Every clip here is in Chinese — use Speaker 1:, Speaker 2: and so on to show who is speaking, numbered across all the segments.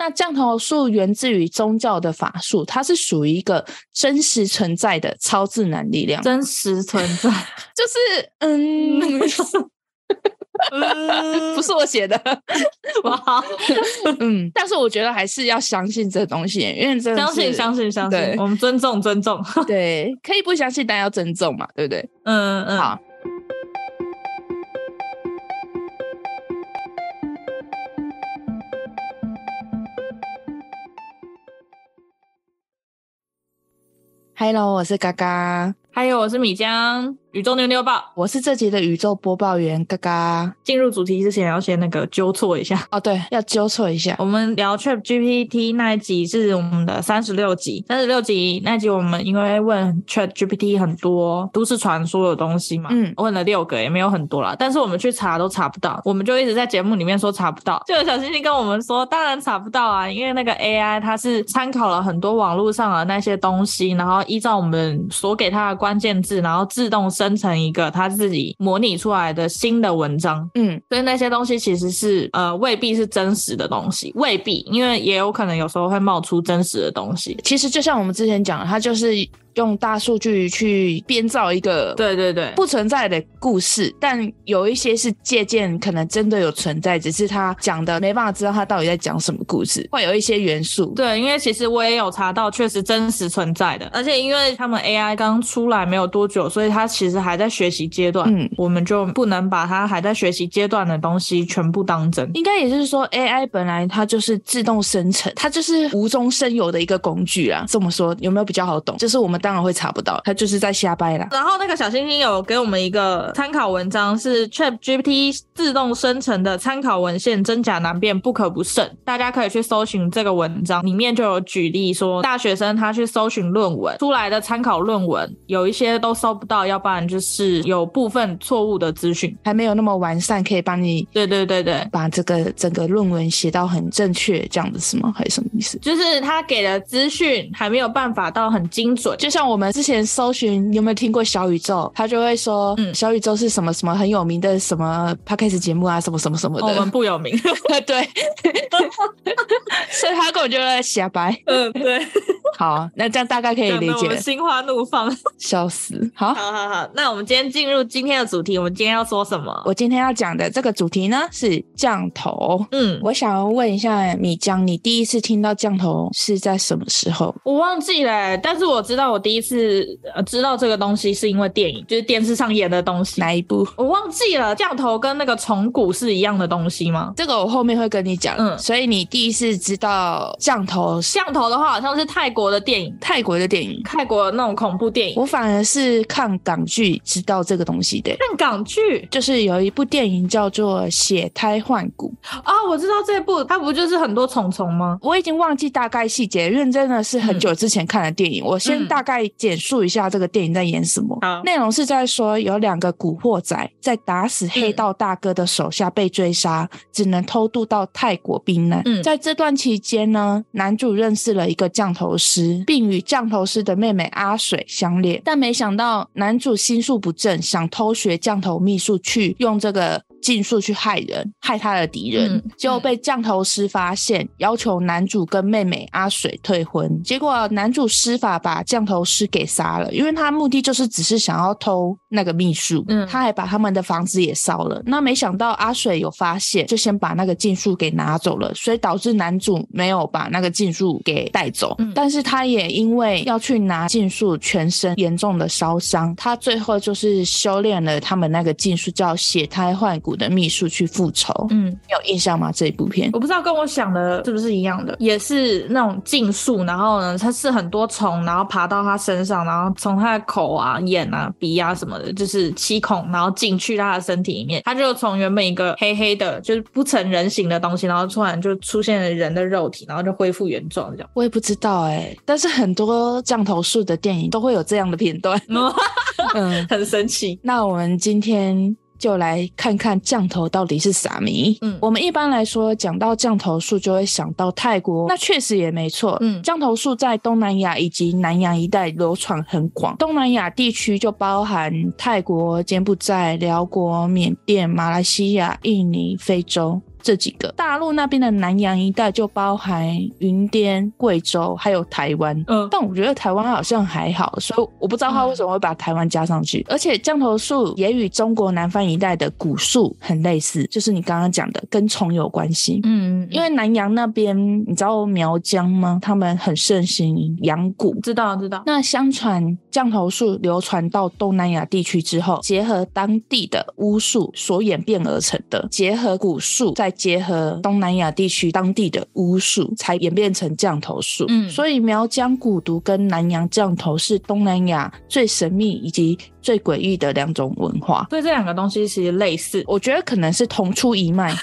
Speaker 1: 那降头术源自于宗教的法术，它是属于一个真实存在的超自然力量，
Speaker 2: 真实存在。
Speaker 1: 就是嗯，
Speaker 2: 嗯
Speaker 1: 不是我写的，
Speaker 2: 哇，
Speaker 1: 嗯，但是我觉得还是要相信这东西，因为真的
Speaker 2: 相信
Speaker 1: 是
Speaker 2: 相信相信
Speaker 1: 对，
Speaker 2: 我们尊重尊重。
Speaker 1: 对，可以不相信，但要尊重嘛，对不对？
Speaker 2: 嗯嗯，
Speaker 1: 好，Hello，我是嘎嘎，
Speaker 2: 还有我是米江，宇宙妞妞报。
Speaker 1: 我是这集的宇宙播报员嘎嘎。
Speaker 2: 进入主题之前，要先那个纠错一下。
Speaker 1: 哦，对，要纠错一下，
Speaker 2: 我们聊 Chat GPT 那一集是我们的三十六集，三十六集那集我们因为问 Chat GPT 很多都市传说的东西嘛，
Speaker 1: 嗯
Speaker 2: 问了六个也没有很多啦，但是我们去查都查不到，我们就一直在节目里面说查不到，就有小星星跟我们说，当然查不到啊，因为那个 AI 它是参考了很多网络上的那些东西，然后依照我们所给它的关键字，然后自动生成一个它自己模拟出来的新的文章，
Speaker 1: 嗯，
Speaker 2: 所以那些东西其实是呃未必是真实的东西，未必，因为也有可能有时候会冒出真实的东西。
Speaker 1: 其实就像我们之前讲的，它就是用大数据去编造一个
Speaker 2: 对对对，
Speaker 1: 不存在的故事，但有一些是借鉴，可能真的有存在，只是他讲的没办法知道他到底在讲什么故事，会有一些元素。
Speaker 2: 对，因为其实我也有查到，确实真实存在的，而且因为他们 AI 刚出来没有多久，所以它其实还在学习阶段，
Speaker 1: 嗯
Speaker 2: 我们就不能把它还在学习阶段的东西全部当真。
Speaker 1: 应该也就是说，AI 本来它就是自动生成，它就是无中生有的一个工具啦。这么说有没有比较好懂？就是我们当然会查不到，它就是在瞎掰啦。
Speaker 2: 然后那个小星星有给我们一个参考文章，是 Chat GPT 自动生成的参考文献，真假难辨，不可不慎。大家可以去搜寻这个文章，里面就有举例说，大学生他去搜寻论文出来的参考论文，有一些都搜不到，要不然就是有部分错误的资讯。
Speaker 1: 还没有那么完善，可以帮你
Speaker 2: 对对对对，
Speaker 1: 把这个整个论文写到很正确，这样子是吗？还是什么意思？
Speaker 2: 就是他给的资讯还没有办法到很精准。
Speaker 1: 就像我们之前搜寻，你有没有听过小宇宙？他就会说，
Speaker 2: 嗯
Speaker 1: 小宇宙是什么什么很有名的什么 podcast 节目啊，什么什么什么
Speaker 2: 我们
Speaker 1: 的。
Speaker 2: 不 有名，
Speaker 1: 对，所以他根本就在瞎掰。
Speaker 2: 嗯， 对，
Speaker 1: 好，那这样大概可以
Speaker 2: 讲
Speaker 1: 理
Speaker 2: 得我
Speaker 1: 解
Speaker 2: 们
Speaker 1: 了。
Speaker 2: 心花怒放。
Speaker 1: 笑死！好，
Speaker 2: 好好好，那我们今天进入今天的主题，我们今天要说什么？
Speaker 1: 我今天要讲的这个主题呢是降头。
Speaker 2: 嗯，
Speaker 1: 我想要问一下米江，你第一次听到降头是在什么时候？
Speaker 2: 我忘记了、但是我知道我第一次、呃、知道这个东西是因为电影，就是电视上演的东西。
Speaker 1: 哪一部？
Speaker 2: 我忘记了，降头跟那个虫骨是一样的东西吗？
Speaker 1: 这个我后面会跟你讲。
Speaker 2: 嗯
Speaker 1: 所以你第一次知道降头是
Speaker 2: 降头的话，好像是泰国的电影，
Speaker 1: 泰国的电影。
Speaker 2: 泰国那种恐怖电影。
Speaker 1: 我反而是看港剧知道这个东西的，
Speaker 2: 看港剧
Speaker 1: 就是有一部电影叫做《血胎换骨》，
Speaker 2: 啊、我知道这部，它不就是很多虫虫吗？
Speaker 1: 我已经忘记大概细节，认真的是很久之前看的电影。我先
Speaker 2: 嗯
Speaker 1: 大概简述一下这个电影在演什么。
Speaker 2: 好
Speaker 1: 内容是在说有两个古惑仔在打死黑道大哥的手下被追杀，只能偷渡到泰国避难。
Speaker 2: 嗯
Speaker 1: 在这段期间呢，男主认识了一个降头师，并与降头师的妹妹阿水相恋，但没想到男主心术不正，想偷学降头秘术去用这个。禁术去害人，害他的敌人，
Speaker 2: 嗯
Speaker 1: 结果被降头师发现，要求男主跟妹妹阿水退婚。结果男主施法把降头师给杀了，因为他目的就是只是想要偷那个秘术。
Speaker 2: 嗯
Speaker 1: 他还把他们的房子也烧了。那没想到阿水有发现，就先把那个禁术给拿走了，所以导致男主没有把那个禁术给带走。
Speaker 2: 嗯
Speaker 1: 但是他也因为要去拿禁术，全身严重的烧伤。他最后就是修炼了他们那个禁术叫血胎换骨的秘术去复仇。
Speaker 2: 嗯，
Speaker 1: 你有印象吗？这一部片？
Speaker 2: 我不知道跟我想的是不是一样的，也是那种竞速，然后呢，它是很多虫，然后爬到它身上，然后从它的口啊、眼啊、鼻啊什么的，就是七孔，然后进去它的身体里面，它就从原本一个黑黑的，就是不成人形的东西，然后突然就出现了人的肉体，然后就恢复原状这样。
Speaker 1: 我也不知道哎、但是很多降头术的电影都会有这样的片段。
Speaker 2: 哦
Speaker 1: 嗯，
Speaker 2: 很神奇，
Speaker 1: 那我们今天就来看看降头到底是啥迷。
Speaker 2: 嗯
Speaker 1: 我们一般来说讲到降头术，就会想到泰国，那确实也没错。
Speaker 2: 嗯
Speaker 1: 降头术在东南亚以及南洋一带流传很广，东南亚地区就包含泰国、柬埔寨、辽国、缅甸、马来西亚、印尼、非洲。这几个。大陆那边的南洋一带就包含云滇、贵州，还有台湾。
Speaker 2: 嗯，
Speaker 1: 但我觉得台湾好像还好，所以我不知道他为什么会把台湾加上去。而且降头术也与中国南方一带的古树很类似，就是你刚刚讲的跟虫有关系。
Speaker 2: 嗯，
Speaker 1: 因为南洋那边，你知道苗疆吗？他们很盛行养蛊，
Speaker 2: 知道知道，
Speaker 1: 那相传降头术流传到东南亚地区之后，结合当地的巫术所演变而成的，结合古术，再结合东南亚地区当地的巫术，才演变成降头术。
Speaker 2: 嗯
Speaker 1: 所以苗疆蛊毒跟南洋降头是东南亚最神秘以及最诡异的两种文化。
Speaker 2: 所以这两个东西其实类似，
Speaker 1: 我觉得可能是同出一脉，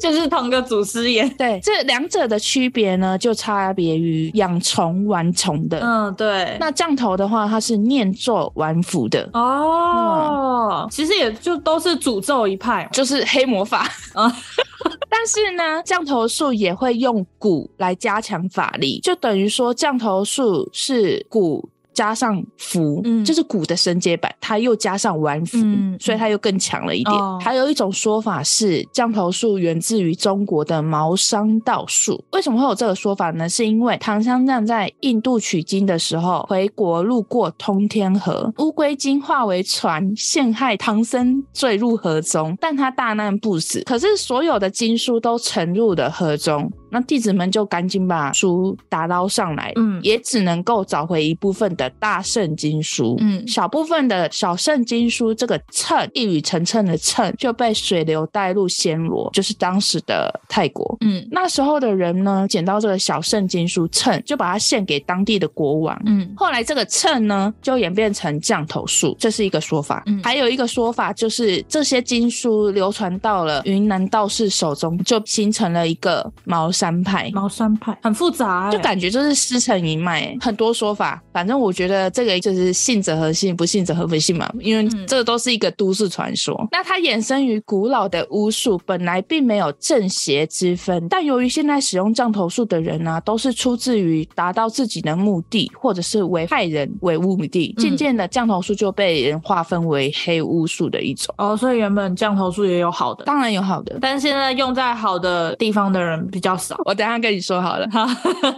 Speaker 2: 就是同个祖师爷。
Speaker 1: 对这两者的区别呢，就差别于养虫玩虫的。
Speaker 2: 嗯，对。
Speaker 1: 那降头的话，它是念咒玩符的，
Speaker 2: 哦，其实也就都是诅咒一派。哦
Speaker 1: 就是黑魔法
Speaker 2: 啊
Speaker 1: 啊。 但是呢，降头术也会用蛊来加强法力，就等于说降头术是蛊加上符，
Speaker 2: 嗯
Speaker 1: 就是蛊的升阶版，它又加上玩符，
Speaker 2: 嗯
Speaker 1: 所以它又更强了一点。
Speaker 2: 哦
Speaker 1: 还有一种说法是，降头术源自于中国的茅山道术。为什么会有这个说法呢？是因为唐三藏在印度取经的时候，回国路过通天河，乌龟精化为船陷害唐僧坠入河中，但他大难不死。可是所有的经书都沉入了河中，那弟子们就赶紧把书打捞上来，
Speaker 2: 嗯
Speaker 1: 也只能够找回一部分的大圣经书，
Speaker 2: 嗯
Speaker 1: 小部分的小圣经书，这个秤一语成谶的秤就被水流带入暹罗，就是当时的泰国。
Speaker 2: 嗯
Speaker 1: 那时候的人呢，捡到这个小圣经书秤，就把它献给当地的国王。
Speaker 2: 嗯
Speaker 1: 后来这个秤呢，就演变成降头术，这是一个说法。
Speaker 2: 嗯
Speaker 1: 还有一个说法就是，这些经书流传到了云南道士手中，就形成了一个茅山派。
Speaker 2: 茅山派很复杂、欸，
Speaker 1: 就感觉就是师承一脉欸，很多说法。反正我觉得这个就是信者恒信，不信者恒不信嘛，因为
Speaker 2: 嗯
Speaker 1: 这都是一个都市传说。那它衍生于古老的巫术，本来并没有正邪之分，但由于现在使用降头术的人呢、啊都是出自于达到自己的目的，或者是为害人为目的，
Speaker 2: 嗯
Speaker 1: 渐渐的降头术就被人划分为黑巫术的一种。
Speaker 2: 哦，所以原本降头术也有好的，
Speaker 1: 当然有好的，
Speaker 2: 但现在用在好的地方的人比较少。
Speaker 1: 我等一下跟你说好 了。
Speaker 2: 好，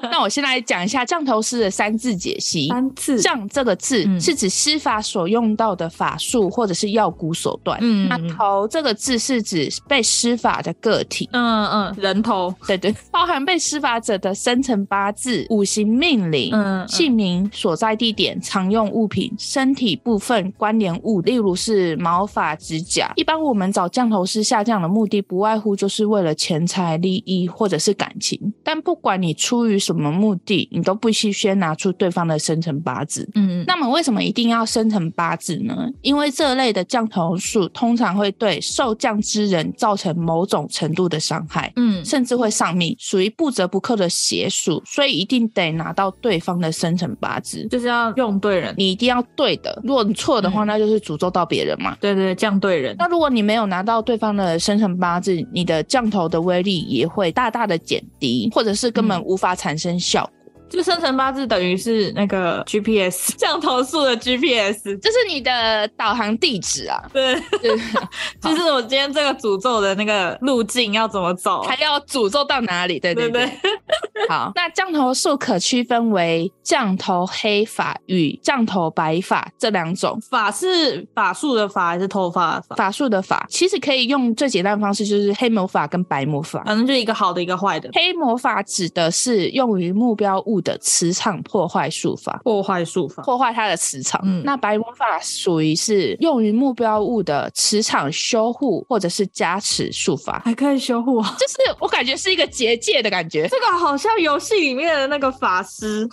Speaker 1: 那我先来讲一下降头师的三字解析。
Speaker 2: 三次，
Speaker 1: 降这个字、
Speaker 2: 嗯
Speaker 1: 是指施法所用到的法术或者是药蛊手段。
Speaker 2: 嗯
Speaker 1: 那
Speaker 2: 嗯
Speaker 1: 头这个字是指被施法的个体，
Speaker 2: 嗯嗯，人头，
Speaker 1: 对对， 包含被施法者的生辰八字、五行命理、
Speaker 2: 嗯，
Speaker 1: 姓名、所在地点、常用物品、身体部分关联物，例如是毛发、指甲。一般我们找降头师下降的目的，不外乎就是为了钱财、利益或者是感情。但不管你出于什么目的，你都必须先拿出对方的生辰八字。
Speaker 2: 嗯，
Speaker 1: 那么为什么一定要生成八字呢？因为这类的降头术通常会对受降之人造成某种程度的伤害，
Speaker 2: 嗯
Speaker 1: 甚至会丧命，属于不折不扣的邪术，所以一定得拿到对方的生辰八字，
Speaker 2: 就是要用对人，
Speaker 1: 你一定要对的。如果你错的话，
Speaker 2: 嗯
Speaker 1: 那就是诅咒到别人嘛。
Speaker 2: 对对，降对人，
Speaker 1: 那如果你没有拿到对方的生辰八字，你的降头的威力也会大大的减低，或者是根本
Speaker 2: 嗯
Speaker 1: 无法产生效果。
Speaker 2: 就生辰八字等于是那个 GPS 降头术的 GPS，
Speaker 1: 这是你的导航地址啊，
Speaker 2: 对，
Speaker 1: 就是
Speaker 2: 就是我今天这个诅咒的那个路径要怎么走，
Speaker 1: 还要诅咒到哪里？对
Speaker 2: 对
Speaker 1: 对
Speaker 2: 对
Speaker 1: 对。，好，那降头术可区分为降头黑法与降头白法这两种。
Speaker 2: 法是法术的法还是头发的法？
Speaker 1: 法术的法其实可以用最简单的方式，就是黑魔法跟白魔法。
Speaker 2: 反正就一个好的，一个坏的，
Speaker 1: 黑魔法指的是用于目标物的磁场破坏术法，
Speaker 2: 破坏术法。
Speaker 1: 破坏它的磁场。
Speaker 2: 嗯
Speaker 1: 那白魔法属于是用于目标物的磁场修护或者是加持术法，
Speaker 2: 还可以修护啊！
Speaker 1: 就是我感觉是一个结界的感觉。
Speaker 2: 这个好像游戏里面的那个法 师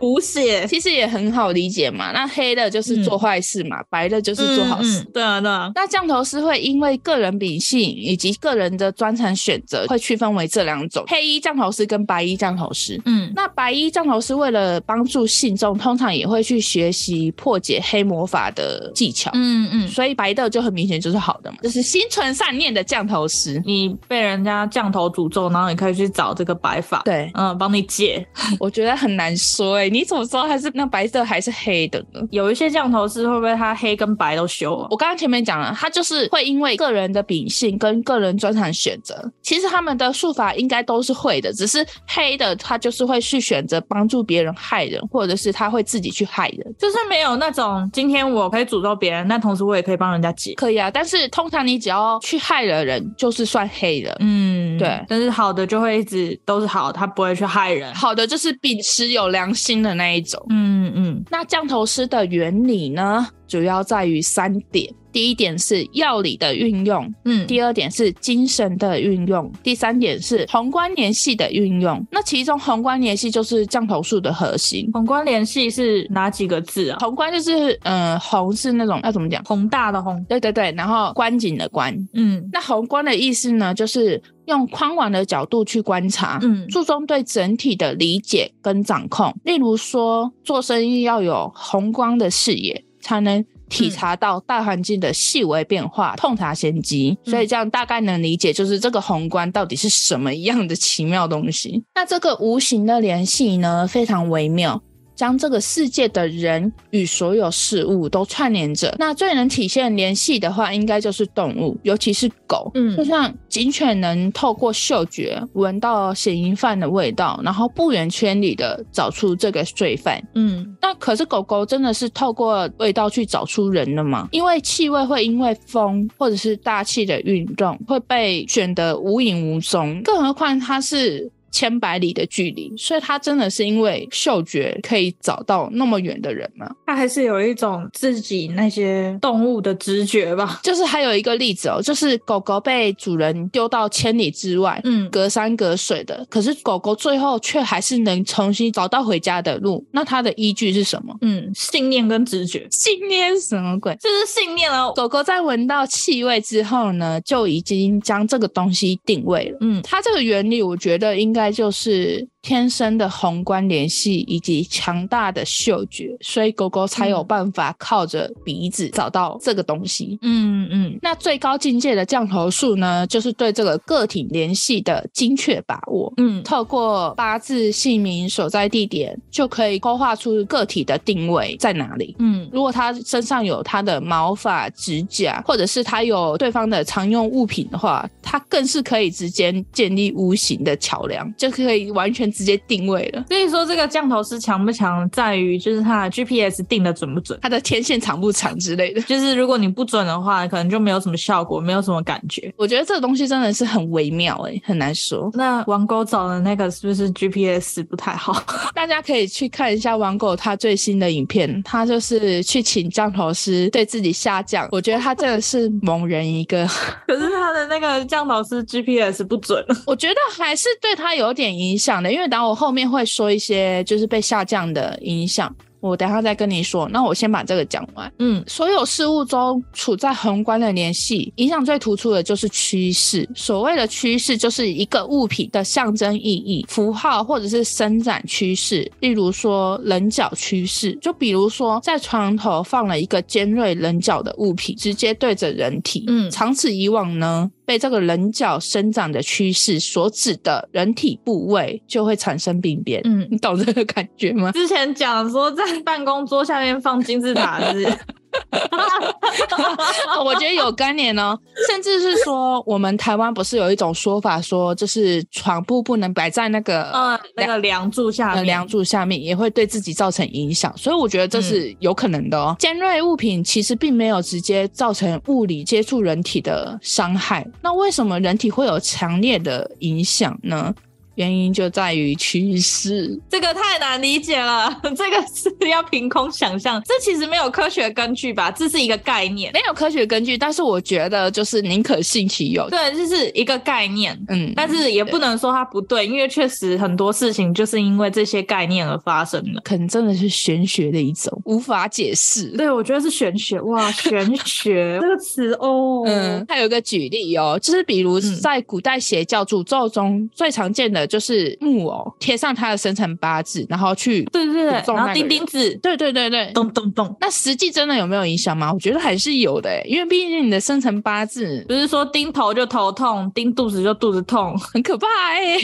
Speaker 2: 补血，
Speaker 1: 其实也很好理解嘛。那黑的就是做坏事嘛，白的就是做好事。
Speaker 2: 嗯嗯对啊，对啊，
Speaker 1: 那降头师会因为个人秉性以及个人的专长选择，会区分为这两种：黑衣降头师跟白衣降头师。
Speaker 2: 嗯
Speaker 1: 那白衣降头师为了帮助信众，通常也会去学习破解黑魔法的技巧，
Speaker 2: 嗯嗯。
Speaker 1: 所以白的就很明显就是好的嘛，就是心存善念的降头师。
Speaker 2: 你被人家降头诅咒，然后你可以去找这个白发，
Speaker 1: 对对，
Speaker 2: 嗯，帮你解。
Speaker 1: 我觉得很难说哎、你怎么知道它是那白色还是黑的呢？
Speaker 2: 有一些降头师会不会他黑跟白都修啊？
Speaker 1: 我刚刚前面讲了，它就是会因为个人的秉性跟个人专长选择。其实他们的术法应该都是会的，只是黑的他就是会去选择帮助别人害人，或者是他会自己去害人。
Speaker 2: 就是没有那种今天我可以诅咒别人，但同时我也可以帮人家解。
Speaker 1: 可以啊，但是通常你只要去害了人，就是算黑的。
Speaker 2: 嗯，
Speaker 1: 对
Speaker 2: 但是好的就会一直都是好，他不会去害人。
Speaker 1: 好的，就是秉持有良心的那一种。
Speaker 2: 嗯嗯，
Speaker 1: 那降头师的原理呢，主要在于三点。第一点是药理的运用，
Speaker 2: 嗯，
Speaker 1: 第二点是精神的运用，第三点是宏观联系的运用。那其中宏观联系就是降头术的核心。
Speaker 2: 宏观联系是哪几个字啊？
Speaker 1: 宏观就是，嗯、呃，宏是那种要怎么讲？
Speaker 2: 宏大的宏，
Speaker 1: 对对对，然后观景的观。
Speaker 2: 嗯
Speaker 1: 那宏观的意思呢，就是用宽广的角度去观察，
Speaker 2: 嗯
Speaker 1: 注重对整体的理解跟掌控。例如说，做生意要有宏观的视野，才能体察到大环境的细微变化，洞察先机。
Speaker 2: 嗯
Speaker 1: 所以这样大概能理解，就是这个宏观到底是什么样的奇妙东西。那这个无形的联系呢，非常微妙。将这个世界的人与所有事物都串联着，那最能体现联系的话，应该就是动物，尤其是狗。
Speaker 2: 嗯
Speaker 1: 就像警犬能透过嗅觉闻到嫌疑犯的味道，然后不远千里的找出这个罪犯。
Speaker 2: 嗯
Speaker 1: 那可是狗狗真的是透过味道去找出人的吗？因为气味会因为风或者是大气的运动会被选得无影无踪，更何况它是。千百里的距离，所以它真的是因为嗅觉可以找到那么远的人吗？
Speaker 2: 他还是有一种自己那些动物的直觉吧。
Speaker 1: 就是还有一个例子哦，就是狗狗被主人丢到千里之外，
Speaker 2: 嗯
Speaker 1: 隔山隔水的，可是狗狗最后却还是能重新找到回家的路，那它的依据是什么？
Speaker 2: 嗯，信念跟直觉，
Speaker 1: 信念是什么鬼？
Speaker 2: 这是信念啊。
Speaker 1: 狗狗在闻到气味之后呢，就已经将这个东西定位了。
Speaker 2: 嗯
Speaker 1: 它这个原理，我觉得应该就是天生的宏观联系以及强大的嗅觉，所以狗狗才有
Speaker 2: 嗯
Speaker 1: 办法靠着鼻子找到这个东西。
Speaker 2: 嗯嗯
Speaker 1: 那最高境界的降头术呢，就是对这个个体联系的精确把握。
Speaker 2: 嗯
Speaker 1: 透过八字、姓名、所在地点，就可以勾画出个体的定位在哪里。
Speaker 2: 嗯
Speaker 1: 如果他身上有他的毛发、指甲，或者是他有对方的常用物品的话，他更是可以直接建立无形的桥梁，就可以完全直接定位了。
Speaker 2: 所以说这个降头师强不强，在于就是他的 GPS 定的准不准。
Speaker 1: 他的天线长不长之类的，
Speaker 2: 就是如果你不准的话，可能就没有什么效果，没有什么感觉。
Speaker 1: 我觉得这个东西真的是很微妙诶、很难说。
Speaker 2: 那王狗找的那个是不是 GPS 不太好？
Speaker 1: 大家可以去看一下王狗他最新的影片，他就是去请降头师对自己下降，我觉得他真的是猛人一个。
Speaker 2: 可是他的那个降头师 GPS 不准。
Speaker 1: 我觉得还是对他有点影响的，因为等我后面会说一些就是被下降的影响，我等一下再跟你说。那我先把这个讲完。
Speaker 2: 嗯
Speaker 1: 所有事物中处在宏观的联系，影响最突出的就是趋势。所谓的趋势，就是一个物品的象征意义、符号或者是伸展趋势。例如说棱角趋势，就比如说在床头放了一个尖锐棱角的物品，直接对着人体。
Speaker 2: 嗯
Speaker 1: 长此以往呢，被这个棱角生长的趋势所指的人体部位就会产生病变。
Speaker 2: 嗯，
Speaker 1: 你懂这个感觉吗？
Speaker 2: 之前讲说在办公桌下面放金字塔 是，
Speaker 1: 哦我觉得有关联哦，甚至是说，我们台湾不是有一种说法说，就是床铺不能摆在那个
Speaker 2: 嗯，那个梁柱下
Speaker 1: 呃
Speaker 2: 面，
Speaker 1: 梁柱下面，也会对自己造成影响。所以我觉得这是有可能的哦。尖锐物品其实并没有直接造成物理接触人体的伤害，那为什么人体会有强烈的影响呢？原因就在于趋势。
Speaker 2: 这个太难理解了，这个是要凭空想象，这其实没有科学根据吧，这是一个概念。
Speaker 1: 没有科学根据，但是我觉得就是宁可信其有。
Speaker 2: 对，这是一个概念。
Speaker 1: 嗯，
Speaker 2: 但是也不能说它不对，因为确实很多事情就是因为这些概念而发生的。
Speaker 1: 可能真的是玄学的一种，无法解释。
Speaker 2: 对，我觉得是玄学哇，玄学 这个词哦，
Speaker 1: 嗯，还有一个举例哦，就是比如
Speaker 2: 嗯
Speaker 1: 在古代邪教诅咒中最常见的就是木偶贴上他的生辰八字，然后去，
Speaker 2: 对对对
Speaker 1: 诅，咒
Speaker 2: 然
Speaker 1: 那
Speaker 2: 后
Speaker 1: 个
Speaker 2: 钉
Speaker 1: 人
Speaker 2: 钉子，
Speaker 1: 对对对对。
Speaker 2: 咚咚咚，
Speaker 1: 那实际真的有没有影响吗？我觉得还是有的欸，因为毕竟你的生辰八字
Speaker 2: 不是说
Speaker 1: 哦 欸
Speaker 2: 钉头就头痛，钉肚子就肚子痛，
Speaker 1: 很可怕哎。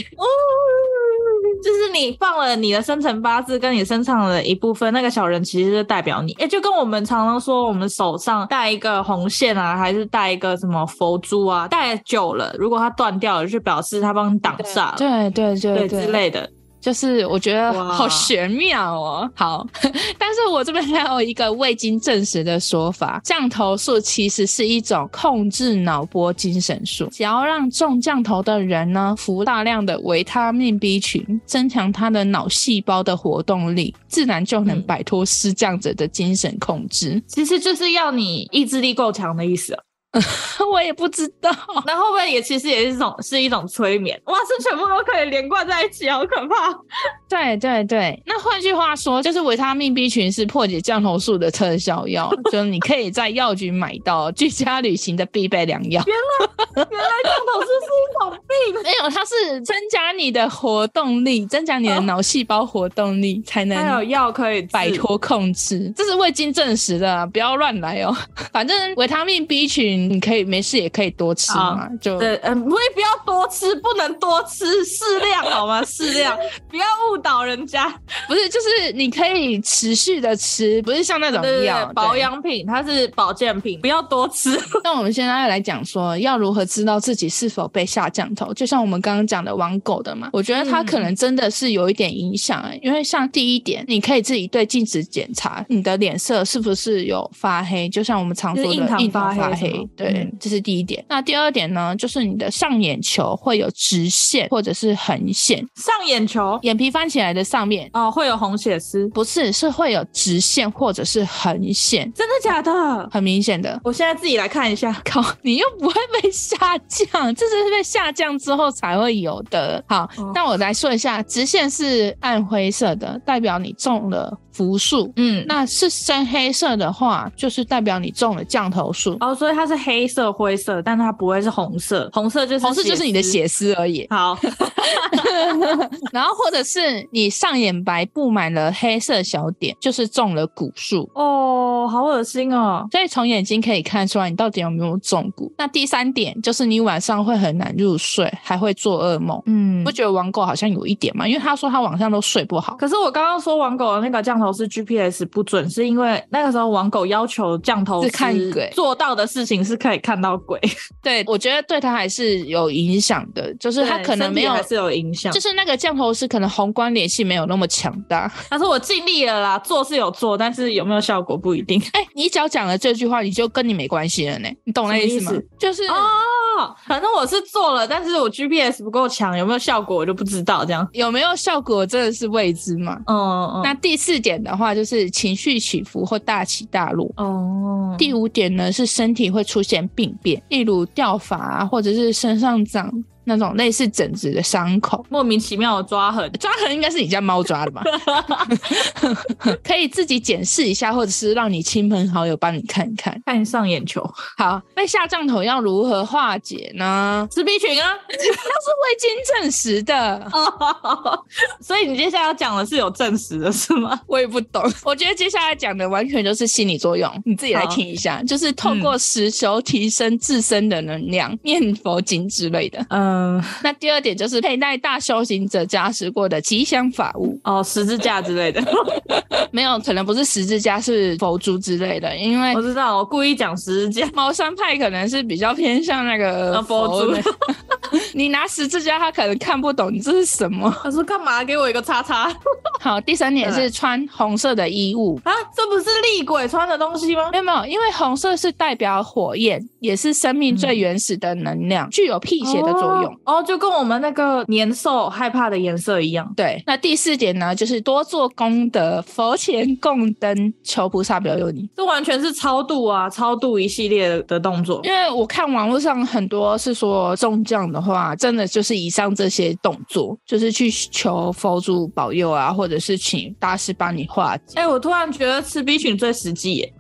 Speaker 2: 你放了你的生辰八字跟你身上的一部分，那个小人其实是代表你。哎，就跟我们常常说，我们手上戴一个红线啊，还是戴一个什么佛珠啊，戴久了，如果它断掉了，就表示它帮你挡煞了，
Speaker 1: 对对对
Speaker 2: 之类的。
Speaker 1: 就是我觉得
Speaker 2: 哇
Speaker 1: 好玄妙哦。好， 但是我这边还有一个未经证实的说法，降头术其实是一种控制脑波精神术，只要让中降头的人呢服大量的维他命 B 群，增强他的脑细胞的活动力，自然就能
Speaker 2: 嗯
Speaker 1: 摆脱施降者的精神控制。
Speaker 2: 其实就是要你意志力够强的意思啊、
Speaker 1: 我也不知道，
Speaker 2: 那会不会也其实也是一种是一种催眠？哇，这全部都可以连贯在一起，好可怕！哦
Speaker 1: 对对对，那换句话说，就是维他命 B 群是破解降头术的特效药，就是你可以在药局买到，居家旅行的必备良药。
Speaker 2: 原来降头术是一种病。
Speaker 1: 没有，它是增加你的活动力，增加你的脑细胞活动力，才
Speaker 2: 哦还有
Speaker 1: 能
Speaker 2: 药可以治
Speaker 1: 摆。脱控制。这是未经证实的、啊，不要乱来哦。 反正维他命 B 群你可以没事也可以多吃嘛，就
Speaker 2: 对，嗯，不以不要多吃，不能多吃，适量好 吗？适量，不要误导人家。
Speaker 1: 不是就是你可以持续的吃，不是像那种
Speaker 2: 对对
Speaker 1: 药
Speaker 2: 对，保
Speaker 1: 对
Speaker 2: 养品它是保健品，不要多吃。
Speaker 1: 那我们现在来讲说，要如何知道自己是否被下降头？就像我们刚刚讲的玩狗的嘛，我觉得它
Speaker 2: 嗯
Speaker 1: 可能真的是有一点影响、欸，因为像第一点，你可以自己对镜子检查你的脸色是不是有发黑，就像我们常说的
Speaker 2: 就是印堂
Speaker 1: 发
Speaker 2: 发黑什
Speaker 1: 黑
Speaker 2: 么，
Speaker 1: 对，
Speaker 2: 嗯
Speaker 1: 这是第一点。那第二点呢，就是你的上眼球会有直线或者是横线，
Speaker 2: 上眼球
Speaker 1: 眼皮翻起来的上面。
Speaker 2: 哦，会有红血丝，
Speaker 1: 不是，是会有直线或者是横线，
Speaker 2: 真的假的？
Speaker 1: 很明显的。
Speaker 2: 我现在自己来看一下。
Speaker 1: 靠，你又不会被下降，这是被下降之后才会有的。好
Speaker 2: 哦，
Speaker 1: 那我来说一下，直线是暗灰色的，代表你中了符术；
Speaker 2: 嗯，
Speaker 1: 那是深黑色的话，就是代表你中了降头术。
Speaker 2: 哦，所以它是黑色、灰色，但它不会是红色。红色就是
Speaker 1: 红色就是你的
Speaker 2: 丝。
Speaker 1: 哦血丝而 已，
Speaker 2: 好，
Speaker 1: 然后或者是你上眼白布满了黑色小点，就是中了蛊术。
Speaker 2: 哦，好恶心哦！
Speaker 1: 所以从眼睛可以看出来你到底有没有中蛊。那第三点就是你晚上会很难入睡，还会做噩梦。
Speaker 2: 嗯
Speaker 1: 不，觉得网狗好像有一点吗？因为他说他晚上都睡不好。
Speaker 2: 可是我刚刚说玩狗的那个降头师 GPS 不准，是因为那个时候玩狗要求降头师
Speaker 1: 是看鬼
Speaker 2: 做到的事情是可以看到鬼，
Speaker 1: 对，我觉得对他还是有影响的，就是他
Speaker 2: 对
Speaker 1: 可能
Speaker 2: 身
Speaker 1: 没
Speaker 2: 体
Speaker 1: 有，
Speaker 2: 还是有影响。
Speaker 1: 就是那个降头师可能宏观联系没有那么强大。
Speaker 2: 他说我尽力了啦，做是有做，但是有没有效果不一定。
Speaker 1: 哎，你只要讲了这句话，你就跟你没关系了呢，你懂那意思吗
Speaker 2: 什么意？
Speaker 1: 就是。
Speaker 2: 哦，反正我是做了，但是我 GPS 不够强，有没有效果我就不知道。这样，
Speaker 1: 有没有效果真的是未知嘛？
Speaker 2: 嗯
Speaker 1: 那
Speaker 2: 嗯，
Speaker 1: 第四点的话，就是情绪起伏或大起大落。
Speaker 2: 哦，
Speaker 1: 第五点呢是身体会出现病变，例如掉发啊，或者是身上长那种类似疹子的伤口。
Speaker 2: 莫名其妙的抓痕，
Speaker 1: 抓痕应该是你家猫抓的吧？ 可以自己检视一下，或者是让你亲朋好友帮你看一看。
Speaker 2: 看上眼球，
Speaker 1: 好，被下降头要如何化解呢？
Speaker 2: 吃 B 群啊。
Speaker 1: 它是未经证实的，
Speaker 2: 哦， 所以你接下来要讲的是有证实的是吗？
Speaker 1: 我也不懂。我觉得接下来讲的完全就是心理作用，你自己来听一下，就是透过实修提升自身的能量，念佛经之类的。
Speaker 2: 嗯，
Speaker 1: 那第二点就是佩戴大修行者加持过的吉祥法物。
Speaker 2: 哦，十字架之 类的，
Speaker 1: 没有，可能不是十字架，是佛珠之类的，因为
Speaker 2: 我知道，我故意讲十字架。
Speaker 1: 茅山派可能是比较偏向那个
Speaker 2: 啊佛
Speaker 1: 佛
Speaker 2: 珠
Speaker 1: 的， 你拿十字架，他可能看不懂你这是什 么。
Speaker 2: 他说干嘛给我一个叉叉啊
Speaker 1: 好，第三点
Speaker 2: 对
Speaker 1: 是穿红色的衣物。
Speaker 2: 啊？这不是厉鬼穿的东西吗？
Speaker 1: 没有没有，因为红色是代表火焰，也是生命最原始的能量，具有辟邪的作用。
Speaker 2: 哦哦，就跟我们那个年兽害怕的颜色一样。
Speaker 1: 对，那第四点呢，就是多做功德，佛前供灯，求菩萨保佑你。
Speaker 2: 这完全是超度啊，超度一系列的动作。
Speaker 1: 因为我看网络上很多是说中将的话，真的就是以上这些动作，就是去求佛祖保佑啊，或者是请大师帮你化解。
Speaker 2: 哎、我突然觉得吃 B 群最实际耶，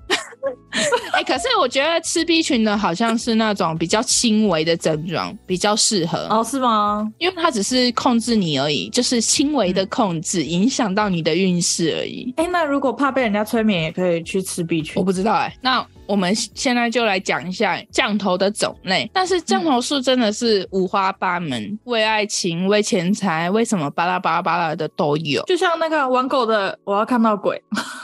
Speaker 1: 哎、可是我觉得吃 B 群的好像是那种比较轻微的症状，比较适合，
Speaker 2: 哦，是吗？
Speaker 1: 因为它只是控制你而已，就是轻微的控制，影响到你的运势而已。
Speaker 2: 哎，那如果怕被人家催眠，也可以去吃 B
Speaker 1: 我
Speaker 2: 群。
Speaker 1: 不知道哎、那我们现在就来讲一下降头的种类。但是降头术真的是五花八门，为爱情、为钱财、为什么巴拉巴拉巴拉的都有。
Speaker 2: 就像那个玩狗的，我要看到鬼，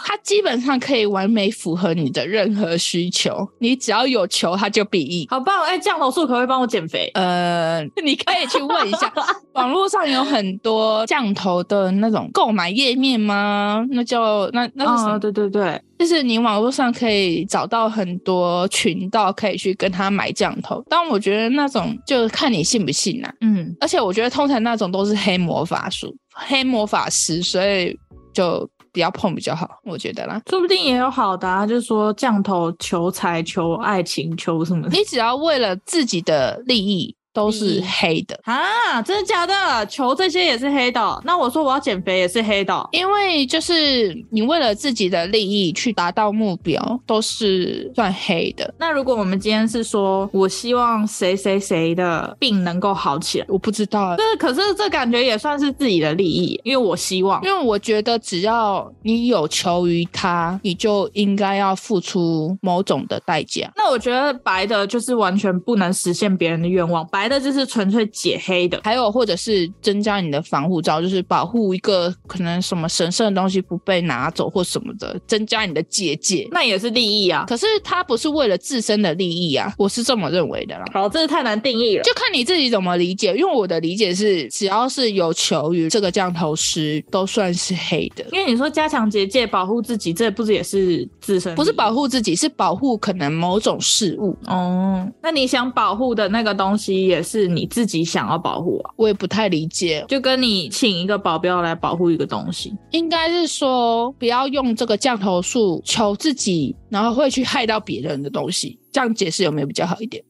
Speaker 1: 它基本上可以完美符合你的任何需求，你只要有求，它就必应。
Speaker 2: 好棒！哎，降头术可不可以帮我减肥？
Speaker 1: 呃， 你可以去问一下，网络上有很多降头的那种购买页面吗？那叫那那是什么？
Speaker 2: 哦，对对对，
Speaker 1: 就是你网络上可以找到很多群道，可以去跟他买降头。但我觉得那种就看你信不信啦、啊
Speaker 2: 嗯，
Speaker 1: 而且我觉得通常那种都是黑魔法术、黑魔法师，所以就不要碰比较好，我觉得 啦。
Speaker 2: 说不定也有好的、啊，就是说降头求财、求爱情、求什么的
Speaker 1: 你只要为了自己的利益都
Speaker 2: 利
Speaker 1: 是
Speaker 2: 益
Speaker 1: 黑的，
Speaker 2: 啊？真的假的？求这些也是黑的？那我说我要减肥也是黑的？
Speaker 1: 因为就是你为了自己的利益去达到目标，都是算黑的。
Speaker 2: 那如果我们今天是说我希望谁谁谁的病能够好起来，
Speaker 1: 我不知道啊，
Speaker 2: 这可是这感觉也算是自己的利益，因为我希望
Speaker 1: 因。为我觉得只要你有求于他，你就应该要付出某种的代价。
Speaker 2: 那我觉得白的就是完全不能实现别人的愿望，白的就是纯粹解黑的。
Speaker 1: 还有，或者是增加你的防护罩，就是保护一个可能什么神圣的东西不被拿走或什么的，增加你的结界。
Speaker 2: 那也是利益啊。
Speaker 1: 可是他不是为了自身的利益啊，我是这么认为的啦。
Speaker 2: 好，这是太难定义了。
Speaker 1: 就看你自己怎么理解，因为我的理解是，只要是有求于这个降头师，都算是黑的，
Speaker 2: 因为你说加强结界保护自己，这不是也是自身利益
Speaker 1: 不是保护自己，是保护可能某种事物。
Speaker 2: 哦？那你想保护的那个东西也是你自己想要保护啊，
Speaker 1: 我也不太理解，
Speaker 2: 就跟你请一个保镖来保护一个东 西。
Speaker 1: 应该是说不要用这个降头术求自己，然后会去害到别人的东西。这样解释有没有比较好一点？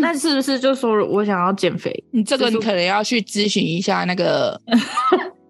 Speaker 2: 那是不是就说我想要减肥？
Speaker 1: 你这个
Speaker 2: 就是
Speaker 1: 你可能要去咨询一下那 个，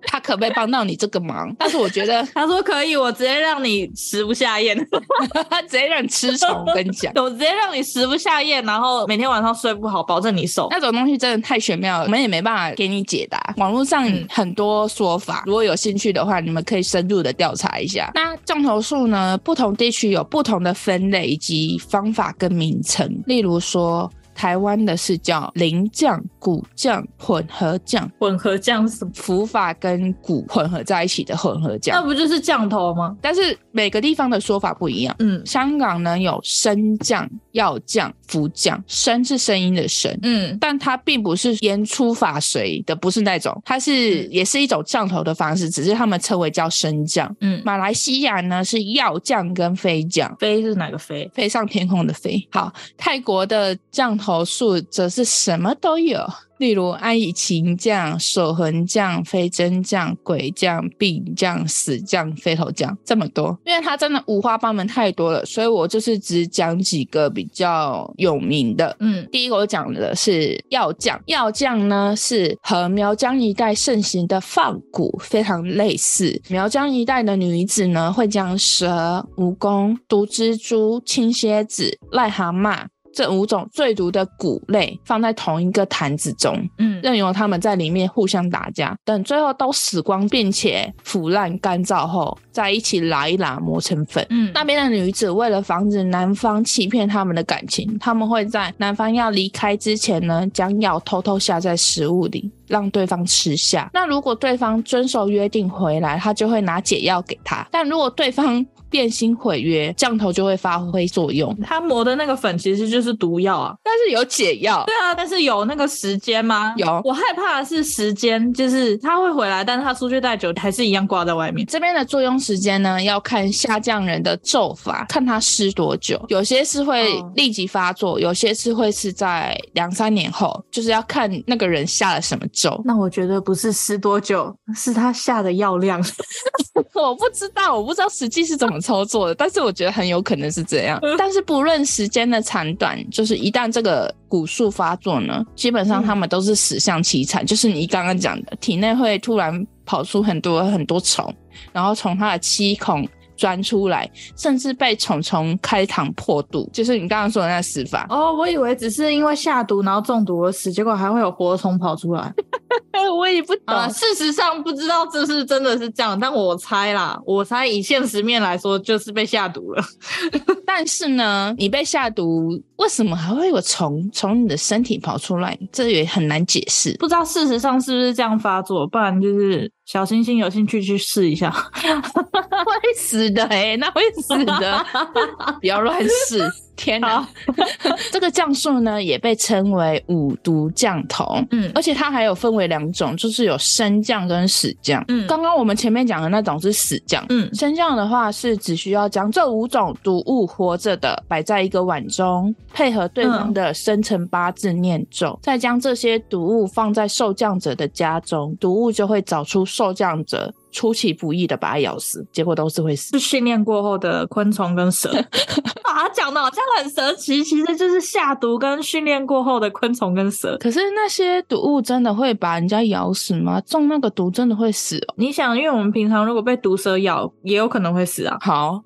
Speaker 1: 他可不可以帮到你这个忙？但是我觉得
Speaker 2: 他说可以，我直接让你食不下咽，
Speaker 1: 直接让你吃虫，我跟你讲。
Speaker 2: 我直接让你食不下咽，然后每天晚上睡不好，保证你瘦。
Speaker 1: 那种东西真的太玄妙了，我们也没办法给你解答。网络上
Speaker 2: 嗯
Speaker 1: 很多说法，如果有兴趣的话，你们可以深入的调查一下。那降头术呢，不同地区有不同的分类以及方法跟名称，例如说。台湾的是叫灵降、骨降、混合降，
Speaker 2: 混合酱是什么？
Speaker 1: 伏法跟骨混合在一起的混合
Speaker 2: 那
Speaker 1: 降，
Speaker 2: 不就是降头吗？
Speaker 1: 但是每个地方的说法不一样。
Speaker 2: 嗯
Speaker 1: 香港呢有升降、药降、伏降，升是声音的升，
Speaker 2: 嗯，
Speaker 1: 但它并不是言出法随的，不是那种，它是
Speaker 2: 嗯
Speaker 1: 也是一种降头的方式，只是他们称为叫升降。
Speaker 2: 嗯
Speaker 1: 马来西亚呢是药降跟飞降。
Speaker 2: 飞是哪个飞？
Speaker 1: 飞上天空的飞，好，泰国的降头术则是什么都有，例如安以晴降、守恒降、飞针降、鬼降、病降、死降、飞头降，这么多，因为它真的五花八门太多了，所以我就是只讲几个比较有名的。
Speaker 2: 嗯
Speaker 1: 第一个我讲的是药酱，药酱呢是和苗疆一带盛行的放蛊非常类似。苗疆一带的女子呢，会将蛇、蜈蚣、毒蜘蛛、青蝎子、癞蛤蟆。这五种最毒的蛊类放在同一个坛子中，
Speaker 2: 嗯
Speaker 1: 任由它们在里面互相打架，等最后都死光并且腐烂干燥后，再一起拉一拉磨成粉。
Speaker 2: 嗯
Speaker 1: 那边的女子为了防止男方欺骗他们的感情，他们会在男方要离开之前呢，将药偷偷下在食物里，让对方吃下。那如果对方遵守约定回来，他就会拿解药给他。但如果对方变心毁约，降头就会发挥作用。
Speaker 2: 他磨的那个粉其实就是毒药啊。
Speaker 1: 但是有解药，
Speaker 2: 对啊，但是有那个时间吗？
Speaker 1: 有
Speaker 2: 我害怕的是时间，就是他会回来，但是他出去带酒还是一样挂在外面。
Speaker 1: 这边的作用时间呢，要看下降人的咒法，看他施多久。有些是会
Speaker 2: 哦
Speaker 1: 立即发作，有些是会是在两三年后，就是要看那个人下了什么咒。
Speaker 2: 那我觉得不是吃多久，是他下的药量。。
Speaker 1: 我不知道，我不知道实际是怎么操作的，但是我觉得很有可能是这样但是不论时间的长短，就是一旦这个蛊术发作呢，基本上他们都是死相凄惨，就是你刚刚讲的，体内会突然跑出很多很多虫，然后从他的七孔。钻出来，甚至被虫虫开膛破肚，就是你刚刚说的那死法。
Speaker 2: 哦，我以为只是因为下毒然后中毒而死，结果还会有活虫跑出 来。
Speaker 1: 哎我也不懂
Speaker 2: 啊、事实上不知道这是真的是这样，但我猜啦，我猜以现实面来说，就是被下毒 了。
Speaker 1: 但是呢，你被下毒，为什么还会有虫从你的身体跑出来？这也很难解释。
Speaker 2: 不知道事实上是不是这样发作，不然就是小星星有兴趣去试一下。
Speaker 1: 会死的哎、那会死的， 不要乱 试。天哪
Speaker 2: 好，
Speaker 1: 这个降术呢也被称为五毒降头，
Speaker 2: 嗯
Speaker 1: 而且它还有分为两种，就是有升降跟死降。
Speaker 2: 嗯
Speaker 1: 刚刚我们前面讲的那种是死降，
Speaker 2: 嗯
Speaker 1: 升降的话是只需要将这五种毒物活着的摆在一个碗中，配合对方的生辰八字念咒，再将这些毒物放在受降者的家中，毒物就会找出受降者。出其不意的把它咬死，结果都是会死。
Speaker 2: 是训练过后的昆虫跟 蛇，把它讲的好像很神奇，其实就是下毒跟训练过后的昆虫跟蛇。
Speaker 1: 可是那些毒物真的会把人家咬死吗？中那个毒真的会死哦？
Speaker 2: 你想，因为我们平常如果被毒蛇咬，也有可能会死啊；
Speaker 1: 好，